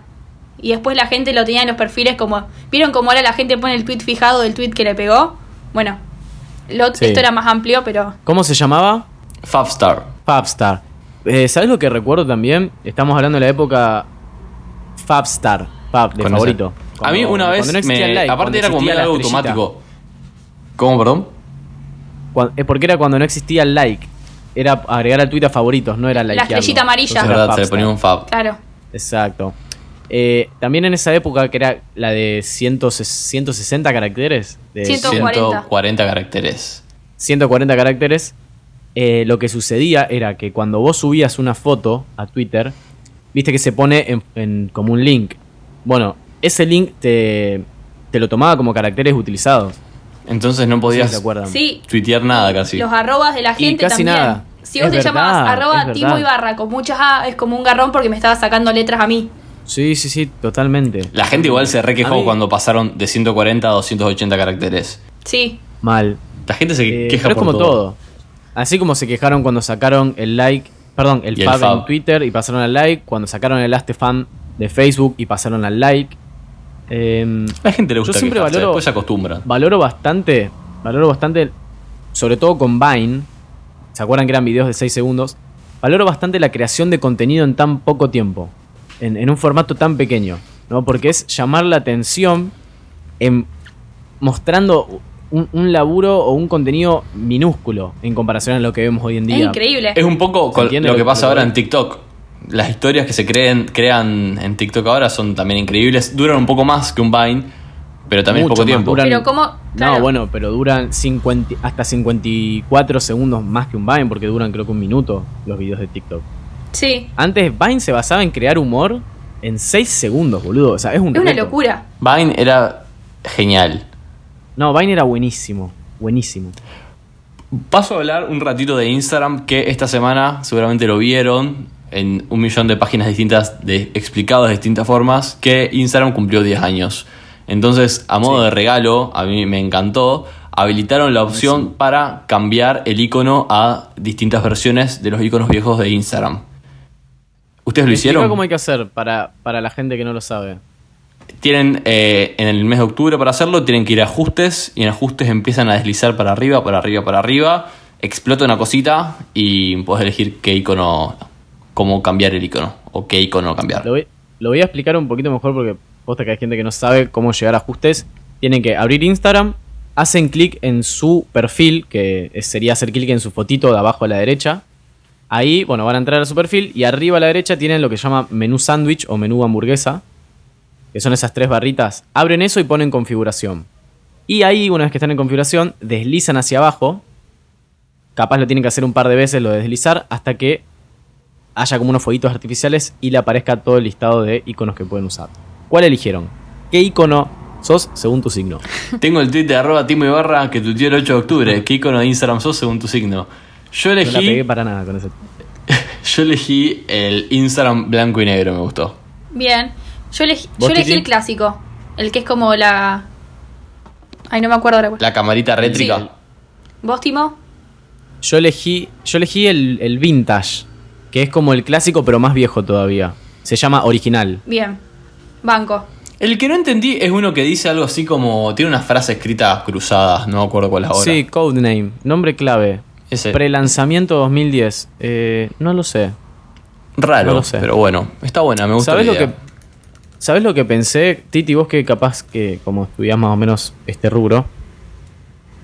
Speaker 2: Y después la gente lo tenía en los perfiles como... ¿Vieron cómo ahora la gente pone el tweet fijado del tweet que le pegó? Bueno, lo-
Speaker 3: Sí.
Speaker 2: esto era más amplio, pero...
Speaker 3: ¿Cómo se llamaba?
Speaker 1: Fabstar.
Speaker 3: Fabstar. Eh, ¿Sabes lo que recuerdo también? Estamos hablando de la época Fabstar, Fab, de
Speaker 1: Con
Speaker 3: favorito.
Speaker 1: esa. a mí
Speaker 3: Cuando-
Speaker 1: una vez.
Speaker 3: cuando no
Speaker 1: me-
Speaker 3: existía el like, cuando
Speaker 1: aparte era como
Speaker 3: existía
Speaker 1: medio
Speaker 3: la
Speaker 1: algo
Speaker 3: estrellita.
Speaker 1: automático. ¿Cómo, perdón?
Speaker 3: Cuan- eh, porque era cuando no existía el like. Era agregar al tweet a favoritos, no era like.
Speaker 2: estrellita amarilla. Ya.
Speaker 1: es verdad, se le ponía un Fab.
Speaker 2: Claro.
Speaker 3: Exacto. Eh, también en esa época que era la de 160 160 caracteres. De
Speaker 2: 140.
Speaker 1: 140 caracteres.
Speaker 3: 140 caracteres, eh, lo que sucedía era que cuando vos subías una foto a Twitter, viste que se pone en, en- como un link. Bueno, ese link te, te lo tomaba como caracteres utilizados.
Speaker 1: Entonces no
Speaker 3: Sí,
Speaker 1: podías
Speaker 3: ¿se acuerdan?
Speaker 2: Sí,
Speaker 1: tuitear nada casi.
Speaker 2: los arrobas de la
Speaker 3: Y
Speaker 2: gente
Speaker 3: casi
Speaker 2: también.
Speaker 3: nada.
Speaker 2: Si vos
Speaker 3: Es
Speaker 2: te llamabas
Speaker 3: verdad, es
Speaker 2: arroba
Speaker 3: verdad.
Speaker 2: Timo Ibarra con muchas A, es como un garrón porque me estaba sacando letras a mí.
Speaker 3: Sí, sí, sí, totalmente.
Speaker 1: La gente igual se
Speaker 3: A
Speaker 1: requejó
Speaker 3: mí-
Speaker 1: cuando pasaron de 140 a 280 caracteres.
Speaker 2: Sí,
Speaker 3: Mal.
Speaker 1: La gente se
Speaker 3: Eh,
Speaker 1: queja
Speaker 3: pero es
Speaker 1: por
Speaker 3: como todo. Así como se quejaron cuando sacaron el like, perdón, el
Speaker 1: Y el
Speaker 3: fab,
Speaker 1: fab.
Speaker 3: en Twitter y pasaron al like, cuando sacaron el Astefam de Facebook y pasaron al like. Em,
Speaker 1: La gente le gusta
Speaker 3: Yo siempre
Speaker 1: quejarse,
Speaker 3: valoro-
Speaker 1: después se acostumbra.
Speaker 3: valoro bastante, valoro bastante, sobre todo con Vine, ¿se acuerdan que eran videos de 6 segundos? Valoro bastante la creación de contenido en tan poco tiempo, en, en un formato tan pequeño, ¿no? Porque es llamar la atención en, mostrando un, un laburo o un contenido minúsculo en comparación a lo que vemos hoy en día.
Speaker 2: es increíble.
Speaker 1: Es un poco
Speaker 3: ¿Se
Speaker 1: con
Speaker 3: entiende
Speaker 1: lo
Speaker 3: lo
Speaker 1: que
Speaker 3: que-
Speaker 1: pasa
Speaker 3: lo que
Speaker 1: ahora
Speaker 3: voy?
Speaker 1: en TikTok. Las historias que se creen, crean en TikTok ahora son también increíbles. Duran un poco más que un Vine, pero también es
Speaker 3: Mucho
Speaker 1: poco
Speaker 3: más,
Speaker 1: tiempo.
Speaker 3: duran-
Speaker 2: Pero cómo- claro.
Speaker 3: No, bueno, pero duran 50, hasta 54 segundos más que un Vine, porque duran creo que un minuto los videos de TikTok.
Speaker 2: Sí,
Speaker 3: Antes Vine se basaba en crear humor en 6 segundos, boludo. O sea, es un
Speaker 2: es una
Speaker 3: reto.
Speaker 2: locura.
Speaker 1: Vine era genial.
Speaker 3: No, Vine era buenísimo. Buenísimo.
Speaker 1: Paso a hablar un ratito de Instagram que esta semana seguramente lo vieron en un millón de páginas distintas de, explicadas de distintas formas que Instagram cumplió 10 años. Entonces, a modo de regalo, a mí me encantó, habilitaron la opción para cambiar el icono a distintas versiones de los iconos viejos de Instagram. ¿Ustedes lo
Speaker 3: Explica
Speaker 1: hicieron?
Speaker 3: cómo hay que hacer para, para la gente que no lo sabe.
Speaker 1: Tienen eh, en el mes de octubre para hacerlo, tienen que ir a ajustes y en ajustes empiezan a deslizar para arriba, para arriba, para arriba. Explota una cosita y puedes elegir qué icono, cómo cambiar el icono o qué icono cambiar.
Speaker 3: Lo voy, lo voy a explicar un poquito mejor porque posta que hay gente que no sabe cómo llegar a ajustes. Tienen que abrir Instagram, hacen clic en su perfil, que es- sería hacer clic en su fotito de abajo a la derecha. Ahí, bueno, van a entrar a su perfil y arriba a la derecha tienen lo que llama menú sándwich o menú hamburguesa, que son esas tres barritas. Abren eso y ponen configuración. Y ahí, una vez que están en configuración, deslizan hacia abajo. Capaz lo tienen que hacer un par de veces, lo de deslizar, hasta que haya como unos fueguitos artificiales y le aparezca todo el listado de iconos que pueden usar. ¿Cuál eligieron? ¿Qué icono sos según tu signo?
Speaker 1: Tengo el tweet de arroba Timo Ibarra que tuiteó el 8 de octubre. ¿Qué icono de Instagram sos según tu signo? Yo
Speaker 3: No la
Speaker 1: elegí,
Speaker 3: pegué para nada con ese.
Speaker 1: yo elegí el Instagram blanco y negro, me gustó.
Speaker 2: Bien. Yo elegí, yo
Speaker 3: ¿Vos,
Speaker 2: elegí
Speaker 3: Titi?
Speaker 2: el clásico. El que es como la. Ay, no me acuerdo ahora.
Speaker 1: La camarita rétrica.
Speaker 2: Sí. ¿Vos, Timo?
Speaker 3: Yo elegí, yo elegí el, el vintage, que es como el clásico pero más viejo todavía. Se llama original.
Speaker 2: Bien. Banco.
Speaker 1: El que no entendí es uno que dice algo así como. Tiene una frase escrita cruzada, no me acuerdo cuál es ahora.
Speaker 3: Sí, codename, nombre clave.
Speaker 1: Ese.
Speaker 3: Prelanzamiento 2010. Eh, no lo sé.
Speaker 1: Raro,
Speaker 3: No lo sé.
Speaker 1: pero bueno, está buena, me gusta.
Speaker 3: ¿Sabes
Speaker 1: la
Speaker 3: lo
Speaker 1: idea.
Speaker 3: que ¿Sabes lo que pensé, Titi, vos que capaz que como estudiás más o menos este rubro?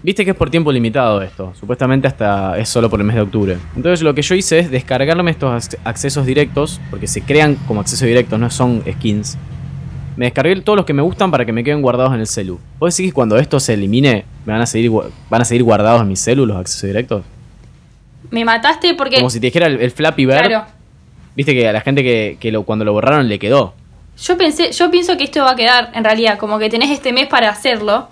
Speaker 3: Viste que es por tiempo limitado esto, supuestamente hasta es solo por el mes de octubre. Entonces lo que yo hice es descargarme estos ac- accesos directos, porque se crean como accesos directos, no son skins. Me descargué todos los que me gustan para que me queden guardados en el celu. ¿Vos decís que cuando esto se elimine, me van a seguir gua- van a seguir guardados en mi celu los accesos directos?
Speaker 2: Me mataste porque.
Speaker 3: Como si te dijera el, el Flappy Bird.
Speaker 2: claro.
Speaker 3: Viste que a la gente que, que lo, cuando lo borraron le quedó.
Speaker 2: Yo pensé, yo pienso que esto va a quedar, en realidad, como que tenés este mes para hacerlo,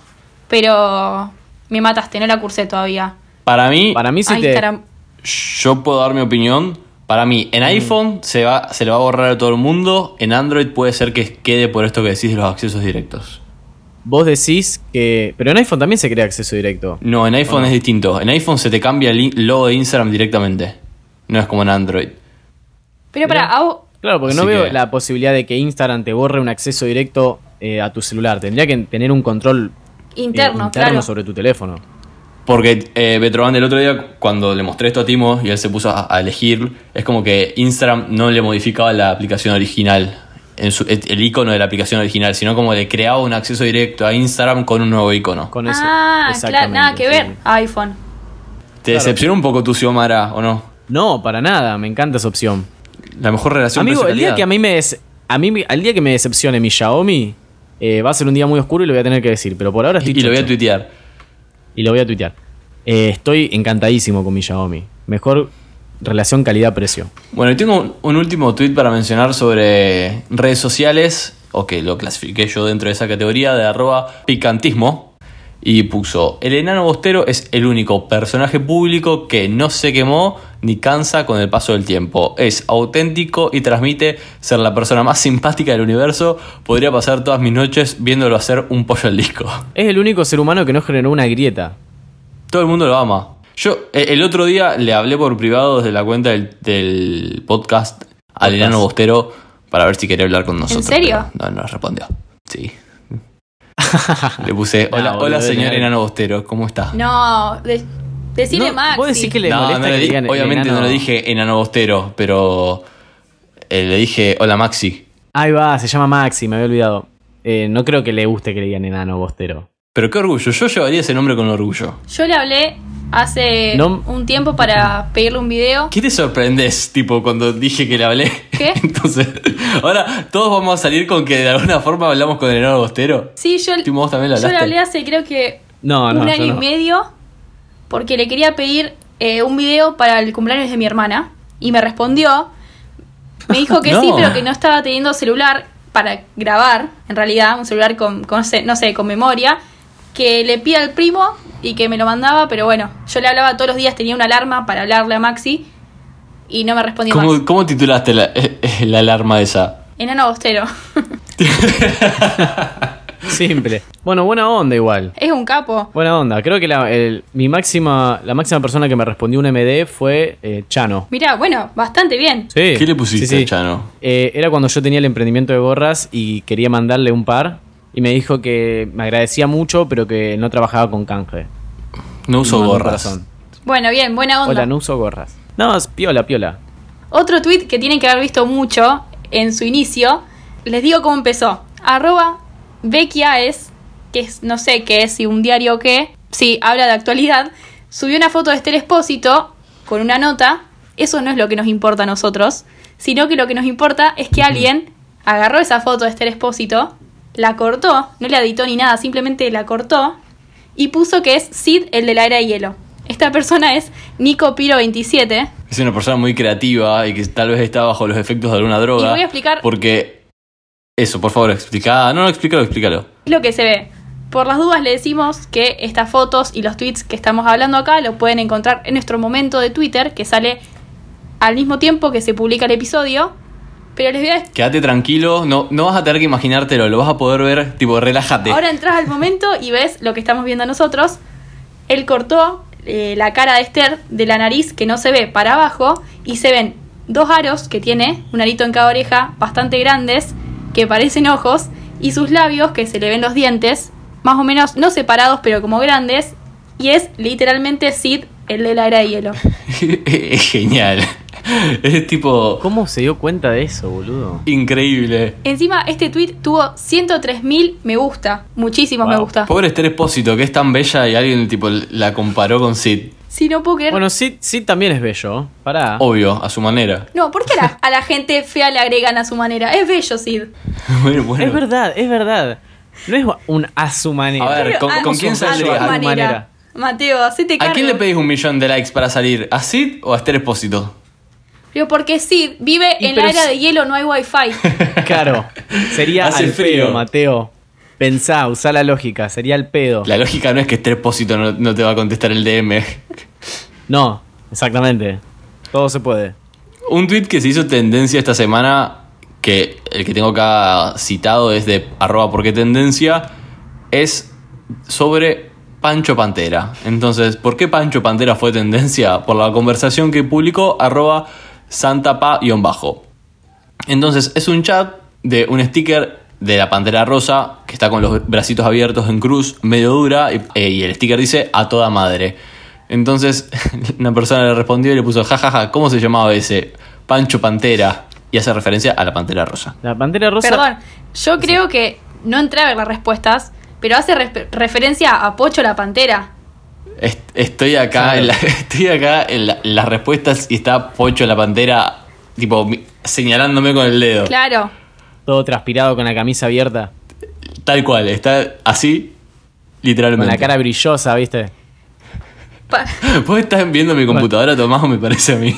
Speaker 2: pero me mataste, no la cursé todavía.
Speaker 1: Para mí,
Speaker 3: Para mí se
Speaker 2: Ay,
Speaker 3: te...
Speaker 2: caram-
Speaker 1: yo puedo dar mi opinión. Para mí,
Speaker 3: Mm.
Speaker 1: en iPhone se, va, se le va a borrar a todo el mundo. En Android puede ser que quede por esto que decís de los accesos directos.
Speaker 3: Vos decís que. Pero en iPhone también se crea acceso directo.
Speaker 1: No, en iPhone es distinto. En iPhone se te cambia el in- logo de Instagram directamente. No es como en Android.
Speaker 2: Pero para,
Speaker 3: Mirá.
Speaker 2: a vos-
Speaker 3: Claro, porque no
Speaker 1: Así
Speaker 3: veo
Speaker 1: que-
Speaker 3: la posibilidad de que Instagram te borre un acceso directo eh, a tu celular. Tendría que tener un control eh,
Speaker 2: interno, claro.
Speaker 3: sobre tu teléfono.
Speaker 1: Porque eh, Betroban el otro día, cuando le mostré esto a Timo y él se puso a, a elegir, es como que Instagram no le modificaba la aplicación original, en su- et- el icono de la aplicación original, sino como le creaba un acceso directo a Instagram con un nuevo icono.
Speaker 3: Con eso.
Speaker 2: Ah, claro,
Speaker 3: Exactamente,
Speaker 2: nada que
Speaker 3: sí.
Speaker 2: ver. iPhone.
Speaker 1: ¿Te decepcionó un poco tu Xiomara o no?
Speaker 3: No, para nada. Me encanta esa opción.
Speaker 1: La mejor relación
Speaker 3: Amigo, el día
Speaker 1: precio-calidad.
Speaker 3: que a mí me. des- A mí, me- al día que me decepcione mi Xiaomi, eh, va a ser un día muy oscuro y lo voy a tener que decir. Pero por ahora estoy.
Speaker 1: Y lo voy a
Speaker 3: chocho.
Speaker 1: tuitear.
Speaker 3: Y lo voy a tuitear. Eh, estoy encantadísimo con mi Xiaomi. Mejor relación calidad-precio.
Speaker 1: Bueno, y tengo un, un último tweet para mencionar sobre redes sociales, o que lo clasifiqué yo dentro de esa categoría de arroba picantismo, Y puso, el enano bostero es el único personaje público que no se quemó ni cansa con el paso del tiempo. Es auténtico y transmite ser la persona más simpática del universo. Podría pasar todas mis noches viéndolo hacer un pollo al disco.
Speaker 3: Es el único ser humano que no generó una grieta.
Speaker 1: Todo el mundo lo ama. Yo eh, el otro día le hablé por privado desde la cuenta del, del podcast al enano bostero para ver si quería hablar con nosotros.
Speaker 2: serio?
Speaker 1: pero No, no respondió. Sí. le puse, hola,
Speaker 3: Nah,
Speaker 1: hola
Speaker 3: boludo,
Speaker 1: señor
Speaker 3: no.
Speaker 1: enano bostero, ¿cómo está?
Speaker 2: No, de, decile
Speaker 3: No,
Speaker 2: Maxi.
Speaker 3: Vos decís que le
Speaker 1: No,
Speaker 3: molesta
Speaker 1: no le
Speaker 3: que
Speaker 1: di-
Speaker 3: digan el
Speaker 1: obviamente no
Speaker 3: enano-
Speaker 1: le dije enano bostero, pero eh, le dije hola Maxi.
Speaker 3: Ahí va, se llama Maxi, me había olvidado. Eh, no creo que le guste que le digan enano bostero.
Speaker 1: Pero qué orgullo, yo llevaría ese nombre con orgullo.
Speaker 2: Yo le hablé hace
Speaker 3: No.
Speaker 2: un tiempo para pedirle un video.
Speaker 1: ¿Qué te sorprendes, tipo, cuando dije que le hablé?
Speaker 2: ¿Qué?
Speaker 1: Entonces, ahora todos vamos a salir con que de alguna forma hablamos con el enano bostero.
Speaker 2: Sí, yo,
Speaker 1: Timo, vos también le
Speaker 2: yo le
Speaker 1: hablaste.
Speaker 2: hablé hace creo que
Speaker 3: No, no,
Speaker 2: un
Speaker 3: yo
Speaker 2: año y
Speaker 3: no.
Speaker 2: medio porque le quería pedir eh, un video para el cumpleaños de mi hermana y me respondió. Me dijo que sí,
Speaker 1: No.
Speaker 2: pero que no estaba teniendo celular para grabar, en realidad, un celular con, con se- no sé, con memoria, que le pida al primo y que me lo mandaba, pero bueno, yo le hablaba todos los días, tenía una alarma para hablarle a Maxi y no me respondió más.
Speaker 1: ¿Cómo, cómo titulaste la, eh, la alarma esa?
Speaker 2: Enano bostero.
Speaker 3: Simple. Bueno, buena onda igual.
Speaker 2: es un capo.
Speaker 3: Buena onda. Creo que la, el- mi máxima, la máxima persona que me respondió un MD fue eh, Chano.
Speaker 2: Mirá, bueno, bastante bien.
Speaker 3: Sí.
Speaker 1: ¿Qué le pusiste,
Speaker 3: Sí, sí.
Speaker 1: Chano?
Speaker 3: Eh, era cuando yo tenía el emprendimiento de gorras y quería mandarle un par. Y me dijo que me agradecía mucho, pero que no trabajaba con canje.
Speaker 1: No uso
Speaker 3: Me mandó un
Speaker 1: gorras.
Speaker 3: corazón.
Speaker 2: Bueno, bien, buena onda.
Speaker 3: Hola, no uso gorras. No, es piola, piola.
Speaker 2: Otro tweet que tienen que haber visto mucho en su inicio. Les digo cómo empezó. Arroba Bequiaes, que es, no sé qué es, si un diario o qué, sí, habla de actualidad, subió una foto de Esther Espósito con una nota. Eso no es lo que nos importa a nosotros, sino que lo que nos importa es que alguien agarró esa foto de Esther Espósito, la cortó, no la editó ni nada, simplemente la cortó y puso que es Sid el de la era de hielo. Esta persona es Nico Piro 27,
Speaker 1: Es una persona muy creativa y que tal vez está bajo los efectos de alguna droga.
Speaker 2: Y voy a explicar-
Speaker 1: Porque. Eso, por favor, explica. Ah, No, no, explícalo, explícalo.
Speaker 2: Es lo que se ve. Por las dudas le decimos que estas fotos y los tweets que estamos hablando acá lo pueden encontrar en nuestro momento de Twitter, que sale al mismo tiempo que se publica el episodio. Pero les voy a...
Speaker 1: Quédate tranquilo, no, no vas a tener que imaginártelo, lo vas a poder ver, tipo, relájate.
Speaker 2: Ahora entras al momento y ves lo que estamos viendo nosotros. Él cortó eh, la cara de Esther de la nariz que no se ve para abajo y se ven dos aros que tiene, un arito en cada oreja, bastante grandes, que parecen ojos, y sus labios que se le ven los dientes, más o menos no separados pero como grandes, y es literalmente Sid, el de la era de hielo.
Speaker 1: es genial. Es tipo.
Speaker 3: ¿Cómo se dio cuenta de eso, boludo?
Speaker 1: Increíble.
Speaker 2: Encima, este tweet tuvo 103.000 me gusta, muchísimos me
Speaker 3: Wow.
Speaker 2: gusta.
Speaker 1: Pobre Esther Espósito, que es tan bella y alguien tipo la comparó con Sid.
Speaker 2: Si no puedo creer...
Speaker 3: Bueno, sí, sí también es bello. Pará.
Speaker 1: Obvio, a su manera.
Speaker 2: No, ¿por qué a la, a la gente fea le agregan a su manera? Es bello, Sid.
Speaker 1: Bueno, bueno.
Speaker 3: Es verdad, es verdad. No es un a su manera.
Speaker 1: A ver, ¿con-
Speaker 2: a-
Speaker 1: con quién
Speaker 2: a
Speaker 1: saldría?
Speaker 2: tu
Speaker 1: A tu
Speaker 2: manera.
Speaker 3: manera.
Speaker 2: Mateo, hacete cargo.
Speaker 1: ¿A quién le pedís un millón de likes para salir? ¿A Sid o a Esther Espósito?
Speaker 2: Pero porque Sid vive
Speaker 3: Y
Speaker 2: en
Speaker 3: pero
Speaker 2: la era
Speaker 3: si-
Speaker 2: de hielo, no hay wifi.
Speaker 3: Claro. Sería
Speaker 1: Hace
Speaker 3: al
Speaker 1: frío.
Speaker 3: pedo, Mateo. Pensá, usá la lógica. Sería el pedo.
Speaker 1: La lógica no es que Esther Espósito no, no te va a contestar el DM.
Speaker 3: No, exactamente. Todo se puede.
Speaker 1: Un tweet que se hizo tendencia esta semana, que el que tengo acá citado es de arroba porque tendencia, es sobre Pancho Pantera. Entonces, ¿por qué Pancho Pantera fue tendencia? Por la conversación que publicó arroba santapa-bajo. Entonces, es un chat de un sticker de la Pantera Rosa, que está con los bracitos abiertos en cruz, medio dura, y, eh, y el sticker dice a toda madre. Entonces, una persona le respondió y le puso, jajaja, ¿cómo se llamaba ese? Pancho Pantera. Y hace referencia a la Pantera Rosa.
Speaker 3: La pantera rosa.
Speaker 2: Perdón, yo creo que no entré a ver las respuestas, pero hace respe- referencia a Pocho la Pantera.
Speaker 1: Est- estoy acá,
Speaker 3: Claro.
Speaker 1: en, la- estoy acá en, la- en las respuestas y está Pocho la Pantera, tipo, mi- señalándome con el dedo.
Speaker 2: Claro.
Speaker 3: Todo transpirado con la camisa abierta.
Speaker 1: Tal cual, está así,
Speaker 3: Con
Speaker 1: literalmente.
Speaker 3: la cara brillosa, ¿viste?
Speaker 2: Pa-
Speaker 1: Vos estás viendo mi computadora, Tomás, me parece a mí.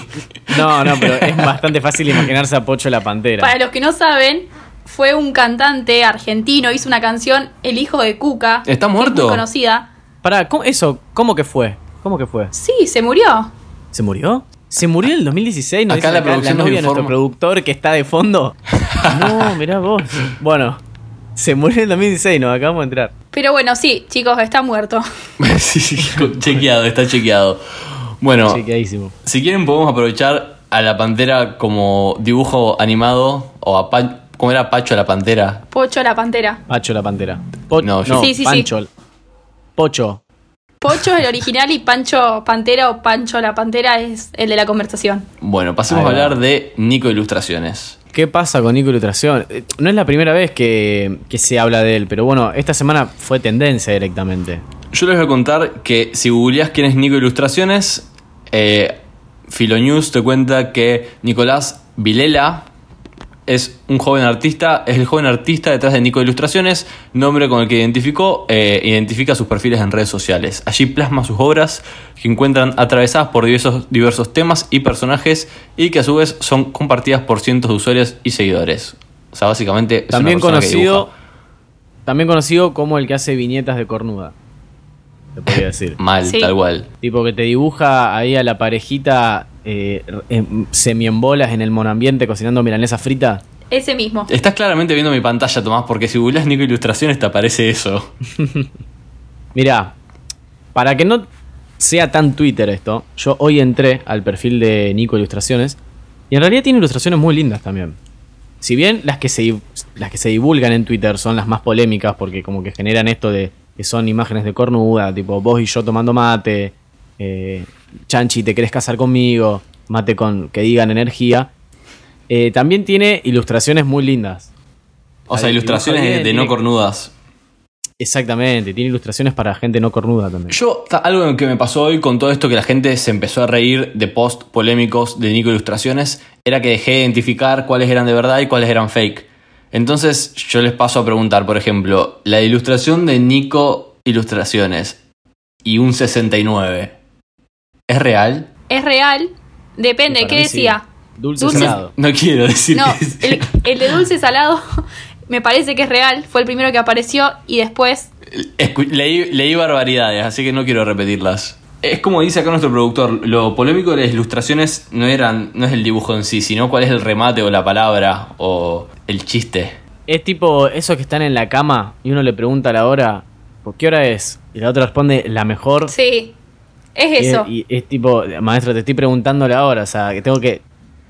Speaker 3: No, no, pero es bastante fácil imaginarse a Pocho la pantera.
Speaker 2: para los que no saben, fue un cantante argentino, hizo una canción El hijo de Cuca.
Speaker 1: ¿Está
Speaker 2: que es muy
Speaker 1: muerto?
Speaker 2: conocida.
Speaker 3: Pará, ¿cómo- eso, ¿cómo que fue? ¿Cómo que fue?
Speaker 2: Sí, se murió.
Speaker 3: ¿Se murió? ¿Se murió en el 2016? Nos
Speaker 1: Acá
Speaker 3: dicen
Speaker 1: la producción nos
Speaker 3: novia de nuestro
Speaker 1: informa.
Speaker 3: productor que está de fondo. No, mirá vos. Bueno, se murió en el 2016, nos acabamos de entrar.
Speaker 2: Pero bueno, sí, chicos, está muerto.
Speaker 1: Sí, sí, chequeado, está chequeado. Bueno,
Speaker 3: Chequeadísimo.
Speaker 1: si quieren podemos aprovechar a la pantera como dibujo animado o a Pa- ¿Cómo era Pacho la pantera?
Speaker 2: Pocho la pantera.
Speaker 3: Pacho la pantera. Po-
Speaker 1: No,
Speaker 3: no,
Speaker 1: yo-
Speaker 2: Sí, sí, sí.
Speaker 3: Pancho. Pocho.
Speaker 2: Pocho es el original y Pancho Pantera o Pancho la Pantera es el de la conversación.
Speaker 1: Bueno, pasemos a
Speaker 3: Ahí va.
Speaker 1: hablar de Nico Ilustraciones.
Speaker 3: ¿Qué pasa con Nico Ilustración? Eh, No es la primera vez que, que se habla de él, pero bueno, esta semana fue tendencia directamente.
Speaker 1: Yo les voy a contar que si googleás quién es Nico Ilustraciones, eh, Filonews te cuenta que Nicolás Vilela es un joven artista, es el joven artista detrás de Nico Ilustraciones, nombre con el que identificó, eh, identifica sus perfiles en redes sociales. Allí plasma sus obras que encuentran atravesadas por diversos, diversos temas y personajes y que a su vez son compartidas por cientos de usuarios y seguidores. O sea, básicamente... es una
Speaker 3: También
Speaker 1: persona que
Speaker 3: conocido,
Speaker 1: dibuja.
Speaker 3: también conocido como el que hace viñetas de cornuda. Te podría decir.
Speaker 1: Mal,
Speaker 2: Sí.
Speaker 1: tal cual.
Speaker 3: Tipo que te dibuja ahí a la parejita eh, en- semiembolas en el monambiente cocinando milanesa frita.
Speaker 2: Ese mismo.
Speaker 1: Estás claramente viendo mi pantalla, Tomás, porque si googleas Nico Ilustraciones te aparece eso.
Speaker 3: Mirá, para que no sea tan Twitter esto, yo hoy entré al perfil de Nico Ilustraciones y en realidad tiene ilustraciones muy lindas también. Si bien las que se, di- las que se divulgan en Twitter son las más polémicas porque como que generan esto de que son imágenes de cornuda, tipo vos y yo tomando mate, eh, Chanchi, ¿te querés casar conmigo? Mate con que digan energía. Eh, también tiene ilustraciones muy lindas.
Speaker 1: O sea,
Speaker 3: Ahí,
Speaker 1: ilustraciones
Speaker 3: dibuja
Speaker 1: de,
Speaker 3: bien,
Speaker 1: de no
Speaker 3: tiene-
Speaker 1: cornudas.
Speaker 3: Exactamente, tiene ilustraciones para gente no cornuda también.
Speaker 1: Yo, ta- algo que me pasó hoy con todo esto que la gente se empezó a reír de post polémicos de Nico Ilustraciones, era que dejé de identificar cuáles eran de verdad y cuáles eran fake. Entonces, yo les paso a preguntar, por ejemplo, la ilustración de Nico Ilustraciones y un 69. ¿Es real?
Speaker 2: Es real. Depende,
Speaker 3: Para
Speaker 2: ¿qué
Speaker 3: mí sí.
Speaker 2: decía?
Speaker 3: Dulce,
Speaker 2: Dulce-
Speaker 3: salado.
Speaker 1: No quiero decir
Speaker 2: No,
Speaker 1: que es-
Speaker 2: el, el de dulce salado me parece que es real. Fue el primero que apareció y después
Speaker 1: Escu- leí, leí barbaridades, así que no quiero repetirlas. Es como dice acá nuestro productor, lo polémico de las ilustraciones no eran, no es el dibujo en sí, sino cuál es el remate o la palabra o el chiste.
Speaker 3: Es tipo esos que están en la cama y uno le pregunta a la hora, ¿por qué hora es? Y la otra responde, la mejor.
Speaker 2: sí. Es
Speaker 3: Y-
Speaker 2: eso.
Speaker 3: Y, es tipo, maestro, te estoy preguntando la hora, o sea, que tengo que...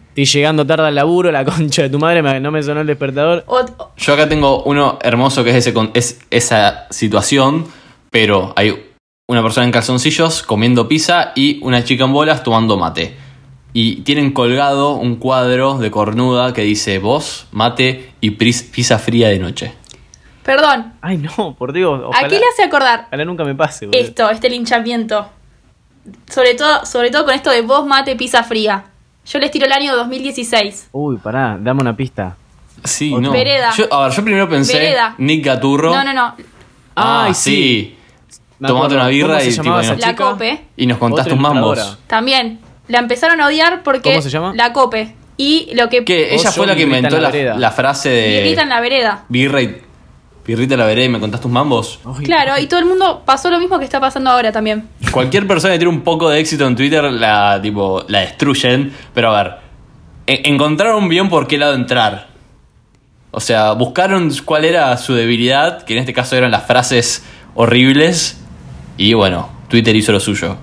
Speaker 3: Estoy llegando tarde al laburo, la concha de tu madre, me- no me sonó el despertador.
Speaker 2: O- o-
Speaker 1: Yo acá tengo uno hermoso que es, ese, con- es esa situación, pero hay una persona en calzoncillos comiendo pizza y una chica en bolas tomando mate. Y tienen colgado un cuadro de cornuda que dice vos, mate y pris- pizza fría de noche.
Speaker 2: perdón,
Speaker 3: Ay, no, por Dios,
Speaker 2: ¿a
Speaker 3: ojalá,
Speaker 2: qué le hace acordar
Speaker 3: ojalá nunca me pase, boludo.
Speaker 2: esto, este linchamiento? Sobre todo, sobre todo con esto de vos mate pizza fría. Yo les tiro el año 2016.
Speaker 3: Uy, pará, dame una pista.
Speaker 1: Sí,
Speaker 3: Otra.
Speaker 1: no.
Speaker 2: Vereda.
Speaker 1: Yo, a ver, yo primero pensé
Speaker 2: Vereda.
Speaker 1: Nick Gaturro.
Speaker 2: No, no, no.
Speaker 1: Ah,
Speaker 3: Ay,
Speaker 1: sí.
Speaker 3: Me
Speaker 1: Tomate
Speaker 3: acuerdo,
Speaker 1: una birra
Speaker 3: ¿cómo se
Speaker 1: y
Speaker 3: llamaba
Speaker 1: tipo,
Speaker 3: esa
Speaker 2: La
Speaker 3: chica?
Speaker 2: cope.
Speaker 1: Y nos contaste
Speaker 3: Otra
Speaker 1: tus mambos.
Speaker 3: ilustradora.
Speaker 2: También. La empezaron a odiar porque.
Speaker 3: ¿Cómo se llama?
Speaker 2: La cope. Y lo que.
Speaker 1: Que
Speaker 3: Vos
Speaker 1: ella fue
Speaker 3: sos
Speaker 1: la que
Speaker 3: birrita en
Speaker 1: inventó
Speaker 3: la
Speaker 1: la,
Speaker 3: vereda.
Speaker 1: la frase
Speaker 3: Eh,
Speaker 1: de
Speaker 2: Birrita en la vereda.
Speaker 1: birra y birrita en la vereda y me contás tus mambos.
Speaker 3: Ay,
Speaker 2: Claro, y todo el mundo pasó lo mismo que está pasando ahora también.
Speaker 1: Cualquier persona que tiene un poco de éxito en Twitter la tipo la destruyen, pero a ver, e- encontraron bien por qué lado entrar. O sea, buscaron cuál era su debilidad, que en este caso eran las frases horribles, y bueno, Twitter hizo lo suyo.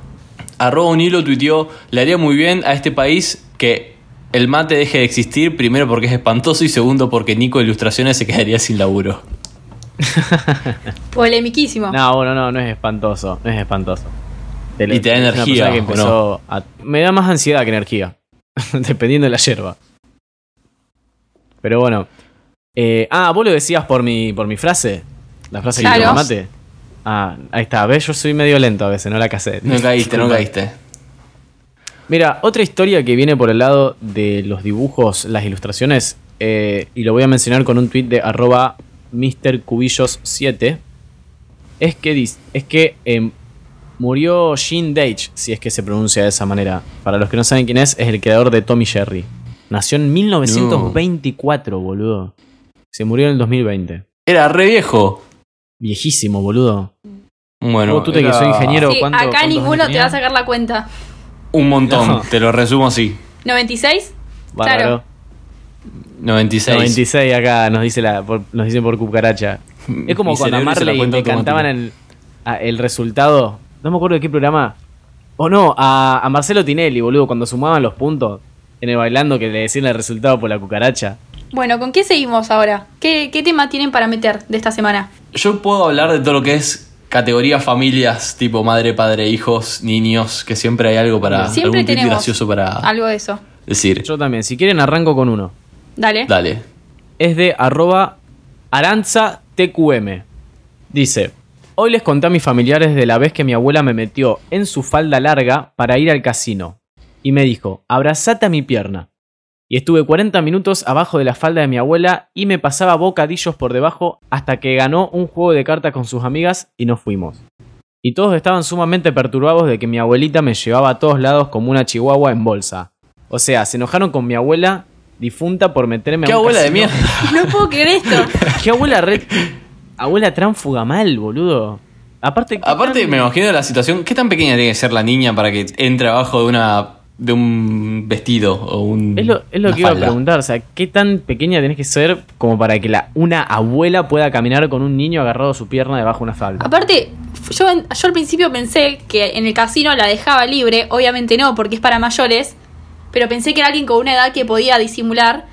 Speaker 1: Arroba un hilo tuiteó, le haría muy bien a este país que el mate deje de existir, primero porque es espantoso y segundo porque Nico de Ilustraciones se quedaría sin laburo.
Speaker 2: Polemiquísimo.
Speaker 3: No, bueno, no, no es espantoso, no es espantoso.
Speaker 1: Y te da
Speaker 3: es una
Speaker 1: energía,
Speaker 3: persona que
Speaker 1: ¿o
Speaker 3: empezó a- me da más ansiedad que energía, dependiendo de la yerba. Pero bueno. Eh, ah, vos lo decías por mi, por mi frase, la frase que
Speaker 2: Claro.
Speaker 3: yo mate. Ah, ahí está, ves, yo soy medio lento a veces, no la casé.
Speaker 1: No caíste, no
Speaker 3: Disculpa.
Speaker 1: caíste.
Speaker 3: Mira, otra historia que viene por el lado de los dibujos, las ilustraciones, eh, y lo voy a mencionar con un tweet de arroba MrCubillos7, es que, dis- es que eh, murió Gene Deitch, si es que se pronuncia de esa manera. Para los que no saben quién es, es el creador de Tommy Jerry. Nació en 1924, boludo. Se murió en el 2020.
Speaker 1: Era re viejo.
Speaker 3: Viejísimo, boludo.
Speaker 1: Bueno,
Speaker 3: Vos, tú te que
Speaker 1: era
Speaker 3: soy ingeniero.
Speaker 2: Sí,
Speaker 3: ¿cuánto-
Speaker 2: acá
Speaker 3: cuántos
Speaker 2: ninguno
Speaker 3: años
Speaker 2: te va a
Speaker 3: tenía?
Speaker 2: sacar la cuenta.
Speaker 1: Un montón,
Speaker 3: No.
Speaker 1: te lo resumo así.
Speaker 2: ¿96?
Speaker 3: Bárbaro.
Speaker 2: Claro.
Speaker 1: 96.
Speaker 3: 96 acá nos dice la por- nos dicen por cucaracha. Es como
Speaker 1: Mi
Speaker 3: cuando
Speaker 1: cerebro
Speaker 3: a
Speaker 1: hizo la
Speaker 3: Marley
Speaker 1: cuenta
Speaker 3: le
Speaker 1: automática.
Speaker 3: cantaban el, a- el resultado. No me acuerdo de qué programa. O no, a, a Marcelo Tinelli, boludo, cuando sumaban los puntos en el bailando que le decían el resultado por la cucaracha.
Speaker 2: Bueno, ¿con qué seguimos ahora? ¿Qué, qué tema tienen para meter de esta semana?
Speaker 1: Yo puedo hablar de todo lo que es categoría familias, tipo madre, padre, hijos, niños, que siempre hay algo para
Speaker 2: Siempre
Speaker 1: algún tweet
Speaker 2: tenemos
Speaker 1: gracioso para
Speaker 3: Ah.
Speaker 2: Algo de eso.
Speaker 1: decir.
Speaker 3: Yo también, si quieren arranco con uno.
Speaker 2: Dale.
Speaker 1: Dale.
Speaker 3: es de arroba aranzatqm. Dice, hoy les conté a mis familiares de la vez que mi abuela me metió en su falda larga para ir al casino. Y me dijo, abrazate a mi pierna. Y estuve 40 minutos abajo de la falda de mi abuela y me pasaba bocadillos por debajo hasta que ganó un juego de cartas con sus amigas y nos fuimos. Y todos estaban sumamente perturbados de que mi abuelita me llevaba a todos lados como una chihuahua en bolsa. O sea, se enojaron con mi abuela difunta por meterme
Speaker 1: ¡Qué
Speaker 3: a un
Speaker 1: abuela de
Speaker 3: casino.
Speaker 1: mierda!
Speaker 2: No puedo creer esto.
Speaker 3: Qué abuela red. Abuela tránfuga mal, boludo. Aparte. ¿qué
Speaker 1: Aparte,
Speaker 3: tan-
Speaker 1: me imagino la situación. ¿Qué tan pequeña tiene que ser la niña para que entre abajo de una de un vestido o un.
Speaker 3: Es lo, es lo
Speaker 1: una
Speaker 3: que iba a
Speaker 1: falda?
Speaker 3: preguntar, o sea, ¿qué tan pequeña tenés que ser como para que la, una abuela pueda caminar con un niño agarrado a su pierna debajo de una falda?
Speaker 2: Aparte, yo, en- yo al principio pensé que en el casino la dejaba libre, obviamente no, porque es para mayores, pero pensé que era alguien con una edad que podía disimular.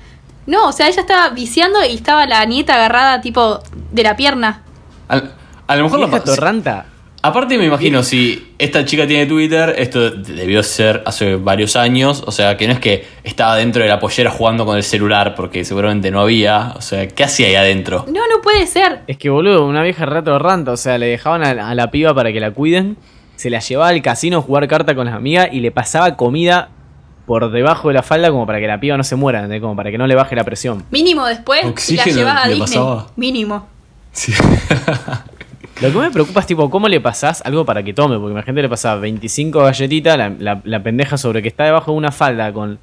Speaker 2: No, o sea, ella estaba viciando y estaba la nieta agarrada tipo de la pierna.
Speaker 1: Al- a lo mejor lo
Speaker 3: ¿Vieja
Speaker 1: pasó.
Speaker 3: torranta?
Speaker 1: Aparte me imagino, si esta chica tiene Twitter, esto debió ser hace varios años, o sea, que no es que estaba dentro de la pollera jugando con el celular, porque seguramente no había, o sea, ¿qué hacía ahí adentro?
Speaker 2: No, no puede ser.
Speaker 3: Es que, boludo, una vieja re torranta, o sea, le dejaban a, la- a la piba para que la cuiden, se la llevaba al casino a jugar carta con las amigas y le pasaba comida por debajo de la falda como para que la piba no se muera, ¿entendés? como para que no le baje la presión.
Speaker 2: Mínimo después
Speaker 1: Oxígeno
Speaker 2: la llevas a
Speaker 1: le
Speaker 2: Disney.
Speaker 1: pasaba.
Speaker 2: Mínimo.
Speaker 1: Sí.
Speaker 3: Lo que me preocupa es tipo, ¿cómo le pasás algo para que tome? Porque imagínate le pasás 25 galletitas, la, la- la pendeja sobre que está debajo de una falda con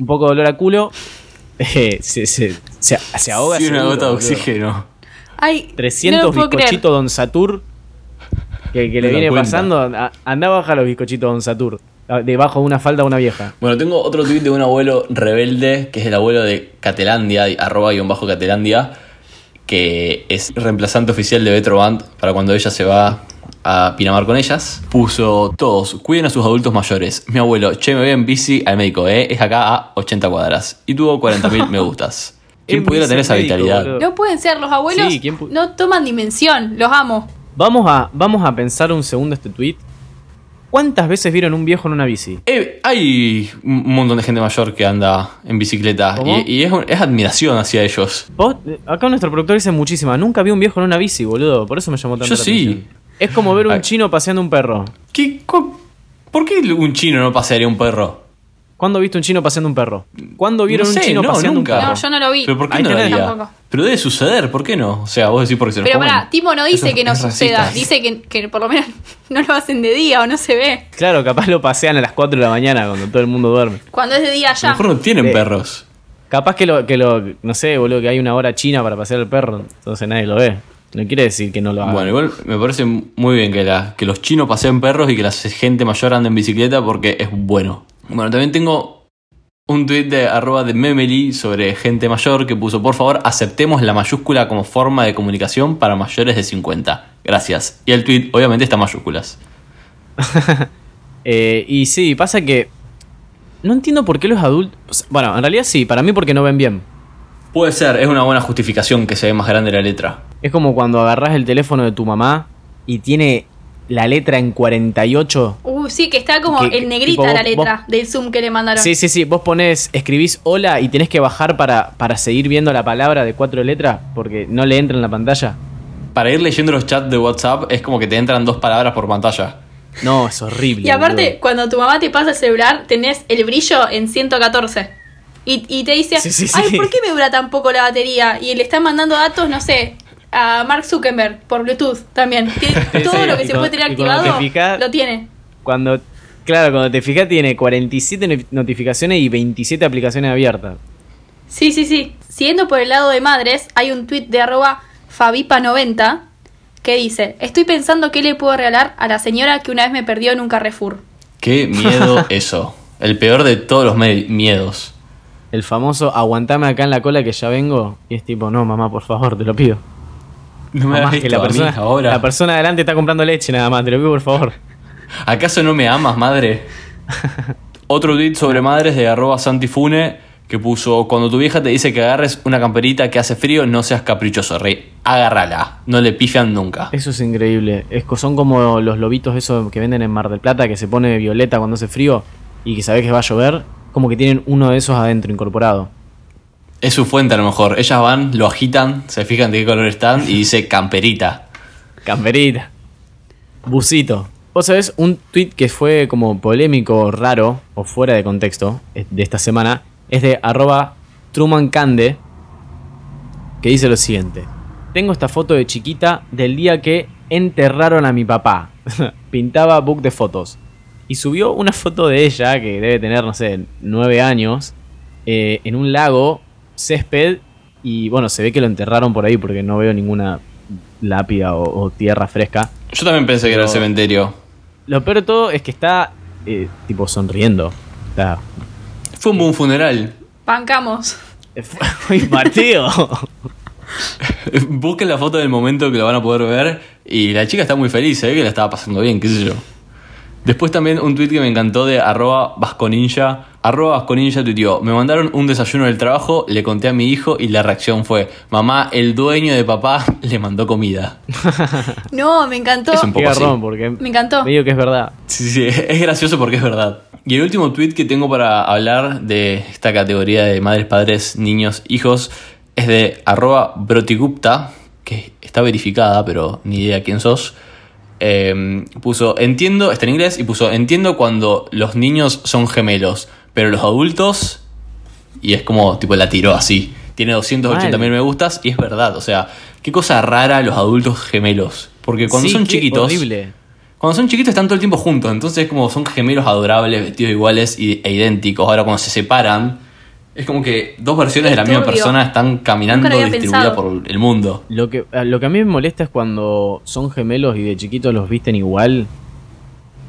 Speaker 3: un poco de olor a culo, eh, se, se- se- se ahoga.
Speaker 1: Sí, una
Speaker 3: seguro,
Speaker 1: gota de
Speaker 3: boludo.
Speaker 1: oxígeno.
Speaker 2: Ay,
Speaker 3: 300
Speaker 2: no lo puedo creer.
Speaker 3: bizcochitos Don Satur que, que le
Speaker 1: Me da
Speaker 3: viene
Speaker 1: cuenta.
Speaker 3: pasando. a- Andá baja los bizcochitos Don Satur, a- debajo de una falda a una vieja.
Speaker 1: Bueno, tengo otro tuit de un abuelo rebelde, que es el abuelo de Catelandia, y- arroba y un bajo Catelandia, que es reemplazante oficial de Betro Band para cuando ella se va a Pinamar con ellas. Puso todos, cuiden a sus adultos mayores. Mi abuelo, che, me voy en bici al médico, ¿eh? Es acá a 80 cuadras. Y tuvo 40.000 me gustas. ¿Quién
Speaker 3: En
Speaker 1: pudiera
Speaker 3: bici
Speaker 1: tener
Speaker 3: al
Speaker 1: esa
Speaker 3: médico,
Speaker 1: vitalidad?
Speaker 3: boludo.
Speaker 2: No pueden ser, los abuelos
Speaker 3: Sí, ¿quién pu-
Speaker 2: no toman dimensión, los amo.
Speaker 3: Vamos a, vamos a pensar un segundo este tweet. ¿Cuántas veces vieron un viejo en una bici?
Speaker 1: Eh, hay un montón de gente mayor que anda en bicicleta
Speaker 3: ¿Cómo?
Speaker 1: y, y es, un- es admiración hacia ellos.
Speaker 3: Vos- eh, acá nuestro productor dice muchísima. Nunca vi un viejo en una bici, boludo. Por eso me llamó tanto
Speaker 1: Yo
Speaker 3: la
Speaker 1: sí. Ah.
Speaker 3: atención. Es como ver un
Speaker 1: Ay.
Speaker 3: chino paseando un perro.
Speaker 1: ¿Qué, co- ¿Por qué un chino no pasearía un perro?
Speaker 3: ¿Cuándo viste un chino paseando un perro? ¿Cuándo vieron
Speaker 1: No sé,
Speaker 3: un chino
Speaker 1: no,
Speaker 3: paseando
Speaker 1: nunca.
Speaker 3: un perro?
Speaker 2: No, yo no lo vi.
Speaker 1: ¿Pero por qué
Speaker 3: Ahí
Speaker 1: no lo
Speaker 3: tenés.
Speaker 1: haría?
Speaker 2: Tampoco.
Speaker 1: Pero debe suceder, ¿por qué no? O sea, vos decís porque se lo
Speaker 2: Pero
Speaker 1: comen.
Speaker 2: pará, Timo no dice
Speaker 1: Eso
Speaker 2: que no
Speaker 1: es
Speaker 2: suceda,
Speaker 1: racista.
Speaker 2: dice que, que por lo menos no lo hacen de día o no se ve.
Speaker 3: Claro, capaz lo pasean a las 4 de la mañana cuando todo el mundo duerme.
Speaker 2: Cuando es de día
Speaker 1: A lo
Speaker 2: ya.
Speaker 1: mejor no tienen
Speaker 3: Sí.
Speaker 1: perros.
Speaker 3: Capaz que lo, que lo, no sé, boludo, que hay una hora china para pasear el perro, entonces nadie lo ve. No quiere decir que no lo hagan.
Speaker 1: Bueno, igual me parece muy bien que, la- que los chinos paseen perros y que la gente mayor ande en bicicleta porque es bueno. Bueno, también tengo un tuit de arroba de Memeli sobre gente mayor que puso, por favor, aceptemos la mayúscula como forma de comunicación para mayores de 50. Gracias. Y el tuit, obviamente, está en mayúsculas.
Speaker 3: Eh, y sí, pasa que no entiendo por qué los adultos... o sea, bueno, en realidad sí, para mí porque no ven bien.
Speaker 1: Puede ser, es una buena justificación que se ve más grande la letra.
Speaker 3: Es como cuando agarras el teléfono de tu mamá y tiene la letra en 48.
Speaker 2: Uh, sí, que está como
Speaker 3: Que-
Speaker 2: en
Speaker 3: tipo,
Speaker 2: negrita
Speaker 3: vos-
Speaker 2: la letra
Speaker 3: vos-
Speaker 2: del Zoom que le mandaron.
Speaker 3: Sí, sí, sí. Vos ponés, escribís hola y tenés que bajar para, para seguir viendo la palabra de cuatro letras porque no le entra en la pantalla.
Speaker 1: Para ir leyendo los chats de WhatsApp es como que te entran dos palabras por pantalla.
Speaker 3: No, es horrible.
Speaker 2: y aparte,
Speaker 3: boludo.
Speaker 2: cuando tu mamá te pasa el celular, tenés el brillo en 114. Y, y te dice,
Speaker 3: Sí, sí, sí.
Speaker 2: ay, ¿por qué me dura tan poco la batería? Y le están mandando datos, no sé, a Mark Zuckerberg por Bluetooth también. Tiene todo
Speaker 3: sí,
Speaker 2: lo que
Speaker 3: y
Speaker 2: se
Speaker 3: cuando-
Speaker 2: puede tener
Speaker 3: y cuando
Speaker 2: activado,
Speaker 3: te fijas-
Speaker 2: lo tiene.
Speaker 3: Cuando, claro, cuando te fijas tiene 47 no- notificaciones y 27 aplicaciones abiertas.
Speaker 2: Sí, sí, sí. Siguiendo por el lado de madres, hay un tuit de arroba Fabipa90 que dice, estoy pensando qué le puedo regalar a la señora que una vez me perdió en un Carrefour.
Speaker 1: Qué miedo eso. El peor de todos los me- miedos.
Speaker 3: El famoso aguantame acá en la cola que ya vengo. Y es tipo, no, mamá, por favor, te lo pido.
Speaker 1: No me
Speaker 3: Mamá,
Speaker 1: hagas
Speaker 3: que
Speaker 1: esto
Speaker 3: la
Speaker 1: a mí
Speaker 3: persona,
Speaker 1: ahora.
Speaker 3: la persona adelante está comprando leche nada más, te lo pido por favor.
Speaker 1: ¿Acaso no me amas, madre? Otro tweet sobre madres de arroba santifune que puso, cuando tu vieja te dice que agarres una camperita que hace frío, no seas caprichoso, rey. Agárrala. No le pifian nunca.
Speaker 3: Eso es increíble. Es, co- son como los lobitos esos que venden en Mar del Plata, que se pone violeta cuando hace frío y que sabés que va a llover. Como que tienen uno de esos adentro incorporado.
Speaker 1: Es su fuente a lo mejor. Ellas van, lo agitan, se fijan de qué color están y dice camperita.
Speaker 3: Camperita. Busito. Vos sabés, un tweet que fue como polémico, raro o fuera de contexto eh, de esta semana es de arroba trumancande que dice lo siguiente. Tengo esta foto de chiquita del día que enterraron a mi papá. Pintaba book de fotos. Y subió una foto de ella, que debe tener, no sé, nueve años, eh, en un lago, césped, y bueno, se ve que lo enterraron por ahí porque no veo ninguna lápida o, o tierra fresca.
Speaker 1: Yo también pensé que era el
Speaker 3: Pero-
Speaker 1: cementerio.
Speaker 3: Lo peor de todo es que está, eh, tipo, sonriendo. Está...
Speaker 1: Fue un buen funeral.
Speaker 2: Bancamos.
Speaker 3: Fue muy partido.
Speaker 1: Busquen la foto del momento que la van a poder ver. Y la chica está muy feliz, se ve que la estaba pasando bien, qué sé yo. Después también un tweet que me encantó de arroba vasconinja. Arroba vasconinja tuiteó, me mandaron un desayuno del trabajo, le conté a mi hijo y la reacción fue, mamá, el dueño de papá le mandó comida.
Speaker 2: No, me encantó.
Speaker 1: Es un
Speaker 3: Qué
Speaker 1: poco así.
Speaker 3: garrón, porque
Speaker 2: Me encantó.
Speaker 3: medio que es verdad.
Speaker 1: Sí, sí, es gracioso porque es verdad. Y el último tweet que tengo para hablar de esta categoría de madres, padres, niños, hijos es de arroba brotigupta, que está verificada, pero ni idea quién sos. Eh, puso, entiendo, está en inglés, y puso, entiendo cuando los niños son gemelos, pero los adultos... Y es como, tipo, la tiró así. Tiene 280 mil
Speaker 3: Mal.
Speaker 1: me gustas y es verdad. O sea, qué cosa rara los adultos gemelos. Porque cuando
Speaker 3: Sí,
Speaker 1: son
Speaker 3: qué
Speaker 1: chiquitos...
Speaker 3: Horrible.
Speaker 1: Cuando son chiquitos están todo el tiempo juntos, entonces como son gemelos adorables, vestidos iguales y- e idénticos. Ahora cuando se separan, es como que dos versiones de la misma
Speaker 2: Disturbio.
Speaker 1: persona están caminando
Speaker 2: Nunca lo había
Speaker 1: distribuida
Speaker 2: pensado.
Speaker 1: por el mundo.
Speaker 3: Lo que, a lo que a mí me molesta es cuando son gemelos y de chiquitos los visten igual.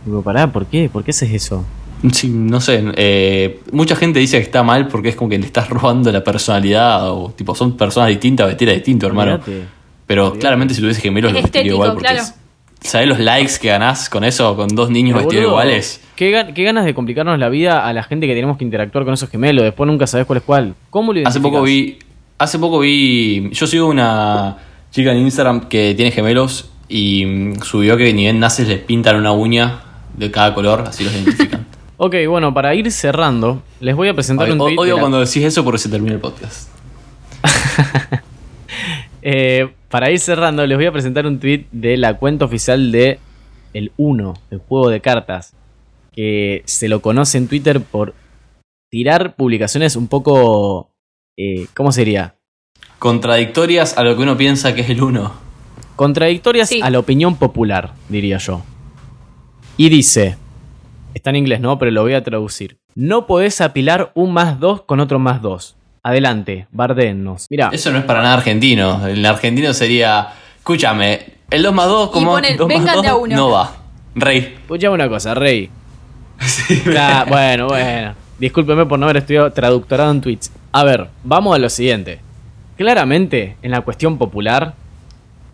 Speaker 3: Digo, pará, ¿por qué? ¿Por qué haces eso?
Speaker 1: Sí, no sé, eh, mucha gente dice que está mal porque es como que le estás robando la personalidad o tipo son personas distintas, vestidas distinto, hermano.
Speaker 3: Olvídate.
Speaker 1: Pero claramente si tuviese gemelos
Speaker 2: Es
Speaker 1: los vestiría
Speaker 2: estético,
Speaker 1: igual porque
Speaker 2: claro.
Speaker 1: es- ¿Sabés los likes que ganás con eso? Con dos niños
Speaker 3: Pero,
Speaker 1: vestidos
Speaker 3: boludo,
Speaker 1: iguales.
Speaker 3: ¿qué, gan- qué ganas de complicarnos la vida a la gente que tenemos que interactuar con esos gemelos. Después nunca sabes cuál es cuál. ¿Cómo lo
Speaker 1: Hace poco
Speaker 3: identificás?
Speaker 1: vi. Hace poco vi. Yo sigo una chica en Instagram que tiene gemelos y mm, subió que ni bien naces les pintan una uña de cada color, así los identifican.
Speaker 3: Ok, bueno, para ir cerrando, les voy a presentar
Speaker 1: Ay,
Speaker 3: un
Speaker 1: o-
Speaker 3: tweet.
Speaker 1: odio
Speaker 3: de la-
Speaker 1: cuando decís eso porque se termina el podcast.
Speaker 3: Eh, para ir cerrando, les voy a presentar un tweet de la cuenta oficial de El 1, el juego de cartas, que se lo conoce en Twitter por tirar publicaciones un poco... eh, ¿Cómo sería?
Speaker 1: Contradictorias a lo que uno piensa que es el uno.
Speaker 3: Contradictorias
Speaker 2: Sí.
Speaker 3: a la opinión popular, diría yo. Y dice, está en inglés, ¿no? Pero lo voy a traducir. No podés apilar un más dos con otro más dos. Adelante, bardennos. Mira,
Speaker 1: Eso no es para nada argentino. El argentino sería. Escúchame, el 2 más 2 como.
Speaker 2: ponen,
Speaker 1: dos más
Speaker 2: vengan de a
Speaker 1: dos
Speaker 2: uno.
Speaker 1: No va. Rey.
Speaker 3: Escuchame una cosa, Rey. Ya, bueno, bueno. Discúlpeme por no haber estudiado traductorado en tweets. A ver, vamos a lo siguiente. Claramente, en la cuestión popular,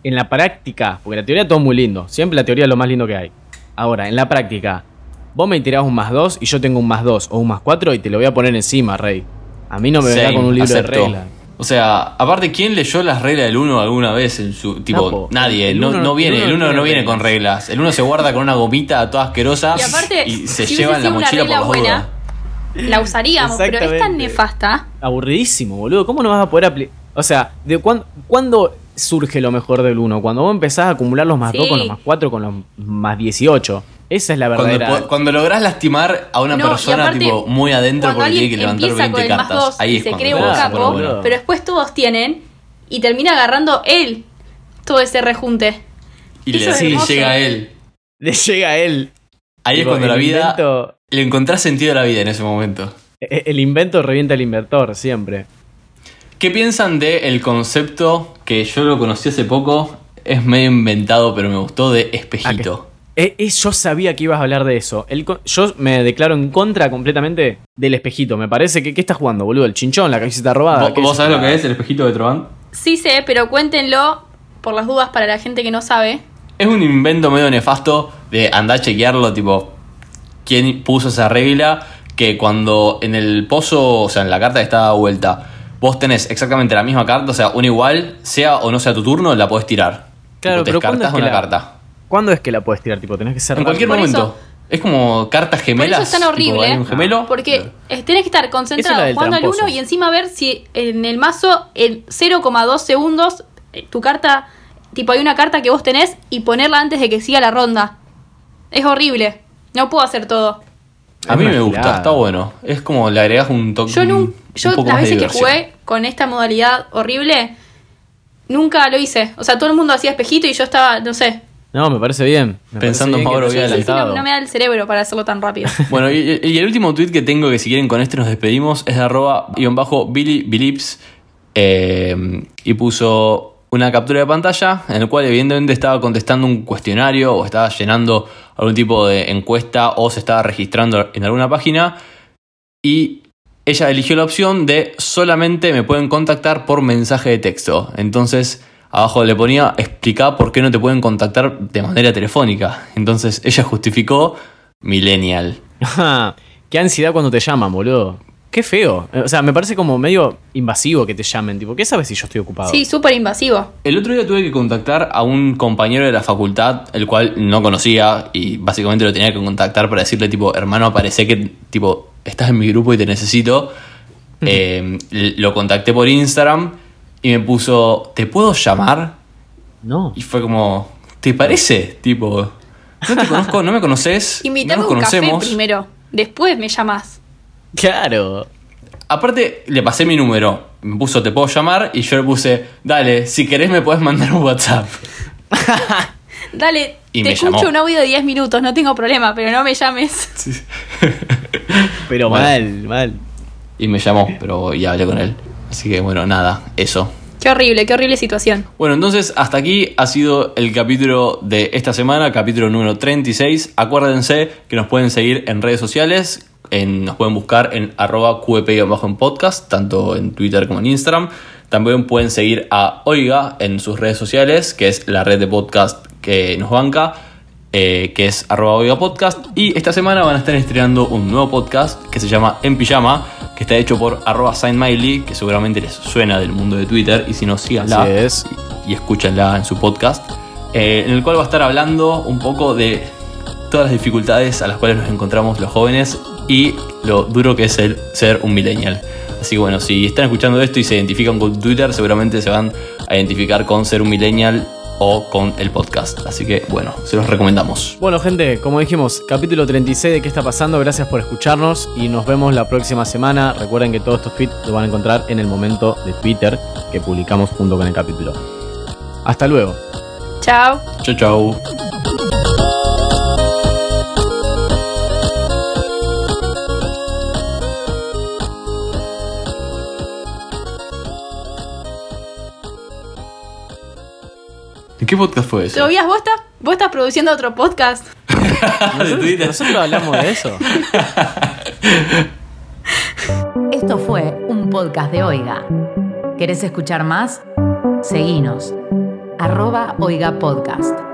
Speaker 3: en la práctica, porque la teoría todo muy lindo, siempre la teoría es lo más lindo que hay. Ahora, en la práctica, vos me tirás un más dos y yo tengo un más dos o un más cuatro y te lo voy a poner encima, Rey. A mí no me venga
Speaker 1: Same,
Speaker 3: con un libro de
Speaker 1: acepto.
Speaker 3: reglas.
Speaker 1: O sea, aparte, ¿quién leyó las reglas del 1 alguna vez en su. Tipo,
Speaker 3: Capo,
Speaker 1: nadie,
Speaker 3: el
Speaker 1: no,
Speaker 3: uno
Speaker 1: no
Speaker 3: no- el
Speaker 1: viene,
Speaker 3: uno
Speaker 1: el 1
Speaker 3: no
Speaker 1: no
Speaker 3: tiene
Speaker 1: viene
Speaker 3: reglas.
Speaker 1: con reglas. El 1 se guarda con una gomita toda asquerosa
Speaker 2: Y aparte,
Speaker 1: y se
Speaker 2: si
Speaker 1: lleva
Speaker 2: hubiese
Speaker 1: en la
Speaker 2: sido una
Speaker 1: mochila por
Speaker 2: regla
Speaker 1: las
Speaker 2: buena,
Speaker 1: dudas.
Speaker 2: la usaríamos, pero es tan
Speaker 3: Exactamente.
Speaker 2: nefasta.
Speaker 3: aburridísimo, boludo. ¿Cómo no vas a poder aplicar? O sea, ¿de cuán- cuándo surge lo mejor del uno? Cuando vos empezás a acumular los más
Speaker 2: Sí.
Speaker 3: 2 con los más 4, con los más 18. Esa es la
Speaker 1: Cuando,
Speaker 3: verdadera.
Speaker 1: po- cuando lográs lastimar a una
Speaker 2: No, y
Speaker 1: persona
Speaker 2: aparte,
Speaker 1: tipo muy adentro
Speaker 2: cuando
Speaker 1: porque tiene
Speaker 2: alguien
Speaker 1: que levantar
Speaker 2: empieza
Speaker 1: 20
Speaker 2: con el más
Speaker 1: cartas.
Speaker 2: dos
Speaker 1: Ahí
Speaker 2: y
Speaker 1: es
Speaker 2: se
Speaker 1: cuando
Speaker 2: cree un
Speaker 1: se pone
Speaker 2: capo,
Speaker 1: bueno.
Speaker 3: boludo.
Speaker 2: pero después todos tienen y termina agarrando él todo ese rejunte.
Speaker 1: Y le
Speaker 2: Eso es
Speaker 1: sí,
Speaker 2: hermoso.
Speaker 1: llega a él.
Speaker 3: Le llega a él.
Speaker 1: Ahí es
Speaker 3: Tipo,
Speaker 1: cuando
Speaker 3: el
Speaker 1: la vida.
Speaker 3: invento-
Speaker 1: Le encontrás sentido a la vida en ese momento.
Speaker 3: e- el invento revienta al inventor, siempre.
Speaker 1: ¿Qué piensan del el concepto que yo lo conocí hace poco? es medio inventado, pero me gustó de espejito.
Speaker 3: Eh, eh, yo sabía que ibas a hablar de eso. El co- yo me declaro en contra completamente del espejito. Me parece que. ¿Qué estás jugando, boludo? El chinchón, la camiseta robada.
Speaker 1: ¿Vos,
Speaker 3: ¿Qué
Speaker 1: vos sabés lo que es el espejito de Trovan?
Speaker 2: Sí sé, pero cuéntenlo por las dudas para la gente que no sabe.
Speaker 1: Es un invento medio nefasto de andar a chequearlo, tipo, ¿quién puso esa regla? Que cuando en el pozo, o sea, en la carta que está dada vuelta, vos tenés exactamente la misma carta, o sea, una igual, sea o no sea tu turno, la podés tirar.
Speaker 3: Claro,
Speaker 1: Tipo, te
Speaker 3: pero ¿cuándo
Speaker 1: descartás
Speaker 3: es que
Speaker 1: una
Speaker 3: la-
Speaker 1: carta.
Speaker 3: ¿Cuándo es que la puedes tirar? Tipo, tenés que
Speaker 1: En
Speaker 3: cerrar.
Speaker 1: cualquier
Speaker 2: Por
Speaker 1: momento.
Speaker 2: eso-
Speaker 1: es como cartas
Speaker 2: Por
Speaker 1: gemelas.
Speaker 2: eso es tan
Speaker 1: tipo, hay
Speaker 2: horrible.
Speaker 1: un gemelo.
Speaker 2: Porque eh, tenés que estar
Speaker 3: Esa es la
Speaker 2: concentrado
Speaker 3: del
Speaker 2: jugando al
Speaker 3: tramposo.
Speaker 2: uno y encima ver si en el mazo en 0,2 segundos eh, tu carta, tipo hay una carta que vos tenés y ponerla antes de que siga la ronda. Es horrible. No puedo hacer todo.
Speaker 1: A mí
Speaker 3: Es
Speaker 1: me
Speaker 3: una
Speaker 1: gusta,
Speaker 3: gilada.
Speaker 1: está bueno. Es como le agregás un toque.
Speaker 2: Yo, nun-
Speaker 1: un-
Speaker 2: yo
Speaker 1: un poco
Speaker 2: las
Speaker 1: más de
Speaker 2: veces que
Speaker 1: diversión.
Speaker 2: jugué con esta modalidad horrible, nunca lo hice. O sea, todo el mundo hacía espejito y yo estaba, no sé,
Speaker 3: No, me parece bien. Me
Speaker 1: Pensando
Speaker 3: parece
Speaker 1: en Mauro
Speaker 3: que te
Speaker 1: Vidal.
Speaker 3: hayas
Speaker 2: Sí, sí, no,
Speaker 3: adelantado.
Speaker 2: no me da el cerebro para hacerlo tan rápido.
Speaker 1: Bueno, y, y el último tweet que tengo, que si quieren con este nos despedimos, es de arroba guión bajo Billy Bilips. eh, y puso una captura de pantalla en el cual evidentemente estaba contestando un cuestionario o estaba llenando algún tipo de encuesta o se estaba registrando en alguna página. Y ella eligió la opción de solamente me pueden contactar por mensaje de texto. Entonces abajo le ponía explica por qué no te pueden contactar de manera telefónica. Entonces ella justificó millennial.
Speaker 3: Ajá. Qué ansiedad cuando te llaman, boludo. Qué feo. Eh, O sea, me parece como medio invasivo que te llamen. Tipo, ¿qué sabes si yo estoy ocupado?
Speaker 2: Sí, súper invasivo.
Speaker 1: El otro día tuve que contactar a un compañero de la facultad, el cual no conocía y básicamente lo tenía que contactar para decirle tipo, hermano, parece que tipo estás en mi grupo y te necesito. Eh, l- lo contacté por Instagram y me puso, ¿te puedo llamar?
Speaker 3: No.
Speaker 1: Y fue como, ¿te parece? Tipo, no te conozco, no me conoces, no
Speaker 2: Invítame
Speaker 1: nos
Speaker 2: a un café
Speaker 1: conocemos.
Speaker 2: primero. Después me llamás.
Speaker 3: Claro.
Speaker 1: Aparte, le pasé mi número, me puso, ¿te puedo llamar? Y yo le puse, dale, si querés me puedes mandar un WhatsApp.
Speaker 2: Dale,
Speaker 1: Y
Speaker 2: te
Speaker 1: me
Speaker 2: escucho
Speaker 1: llamó.
Speaker 2: un audio de 10 minutos, no tengo problema, pero no me llames.
Speaker 3: Pero
Speaker 1: Bueno.
Speaker 3: mal, mal.
Speaker 1: Y me llamó, pero ya hablé con él. Así que bueno, nada, eso.
Speaker 2: Qué horrible, qué horrible situación.
Speaker 1: Bueno, entonces hasta aquí ha sido el capítulo de esta semana, capítulo número 36. Acuérdense que nos pueden seguir en redes sociales, en- nos pueden buscar en arroba QEP-bajo en podcast, tanto en Twitter como en Instagram. También pueden seguir a Oiga en sus redes sociales, que es la red de podcast que nos banca, eh, que es arroba Oiga Podcast. Y esta semana van a estar estrenando un nuevo podcast que se llama En Pijama, que está hecho por arroba Saint Miley, que seguramente les suena del mundo de Twitter, y si no, síganla
Speaker 3: Así es.
Speaker 1: y escúchenla en su podcast, eh, en el cual va a estar hablando un poco de todas las dificultades a las cuales nos encontramos los jóvenes y lo duro que es el ser un millennial. Así que bueno, si están escuchando esto y se identifican con Twitter, seguramente se van a identificar con ser un millennial o con el podcast. Así que bueno, se los recomendamos.
Speaker 3: Bueno, gente, como dijimos, capítulo 36 de qué está pasando. Gracias por escucharnos y nos vemos la próxima semana. Recuerden que todos estos tweets los van a encontrar en el momento de Twitter que publicamos junto con el capítulo. Hasta luego.
Speaker 2: Chao.
Speaker 1: Chau chau. ¿De qué podcast fue eso?
Speaker 2: Tobias, ¿vos estás, vos estás produciendo otro podcast.
Speaker 1: De Twitter.
Speaker 3: Nosotros hablamos de eso.
Speaker 4: Esto fue un podcast de Oiga. ¿Querés escuchar más? Seguinos. Arroba Oiga Podcast.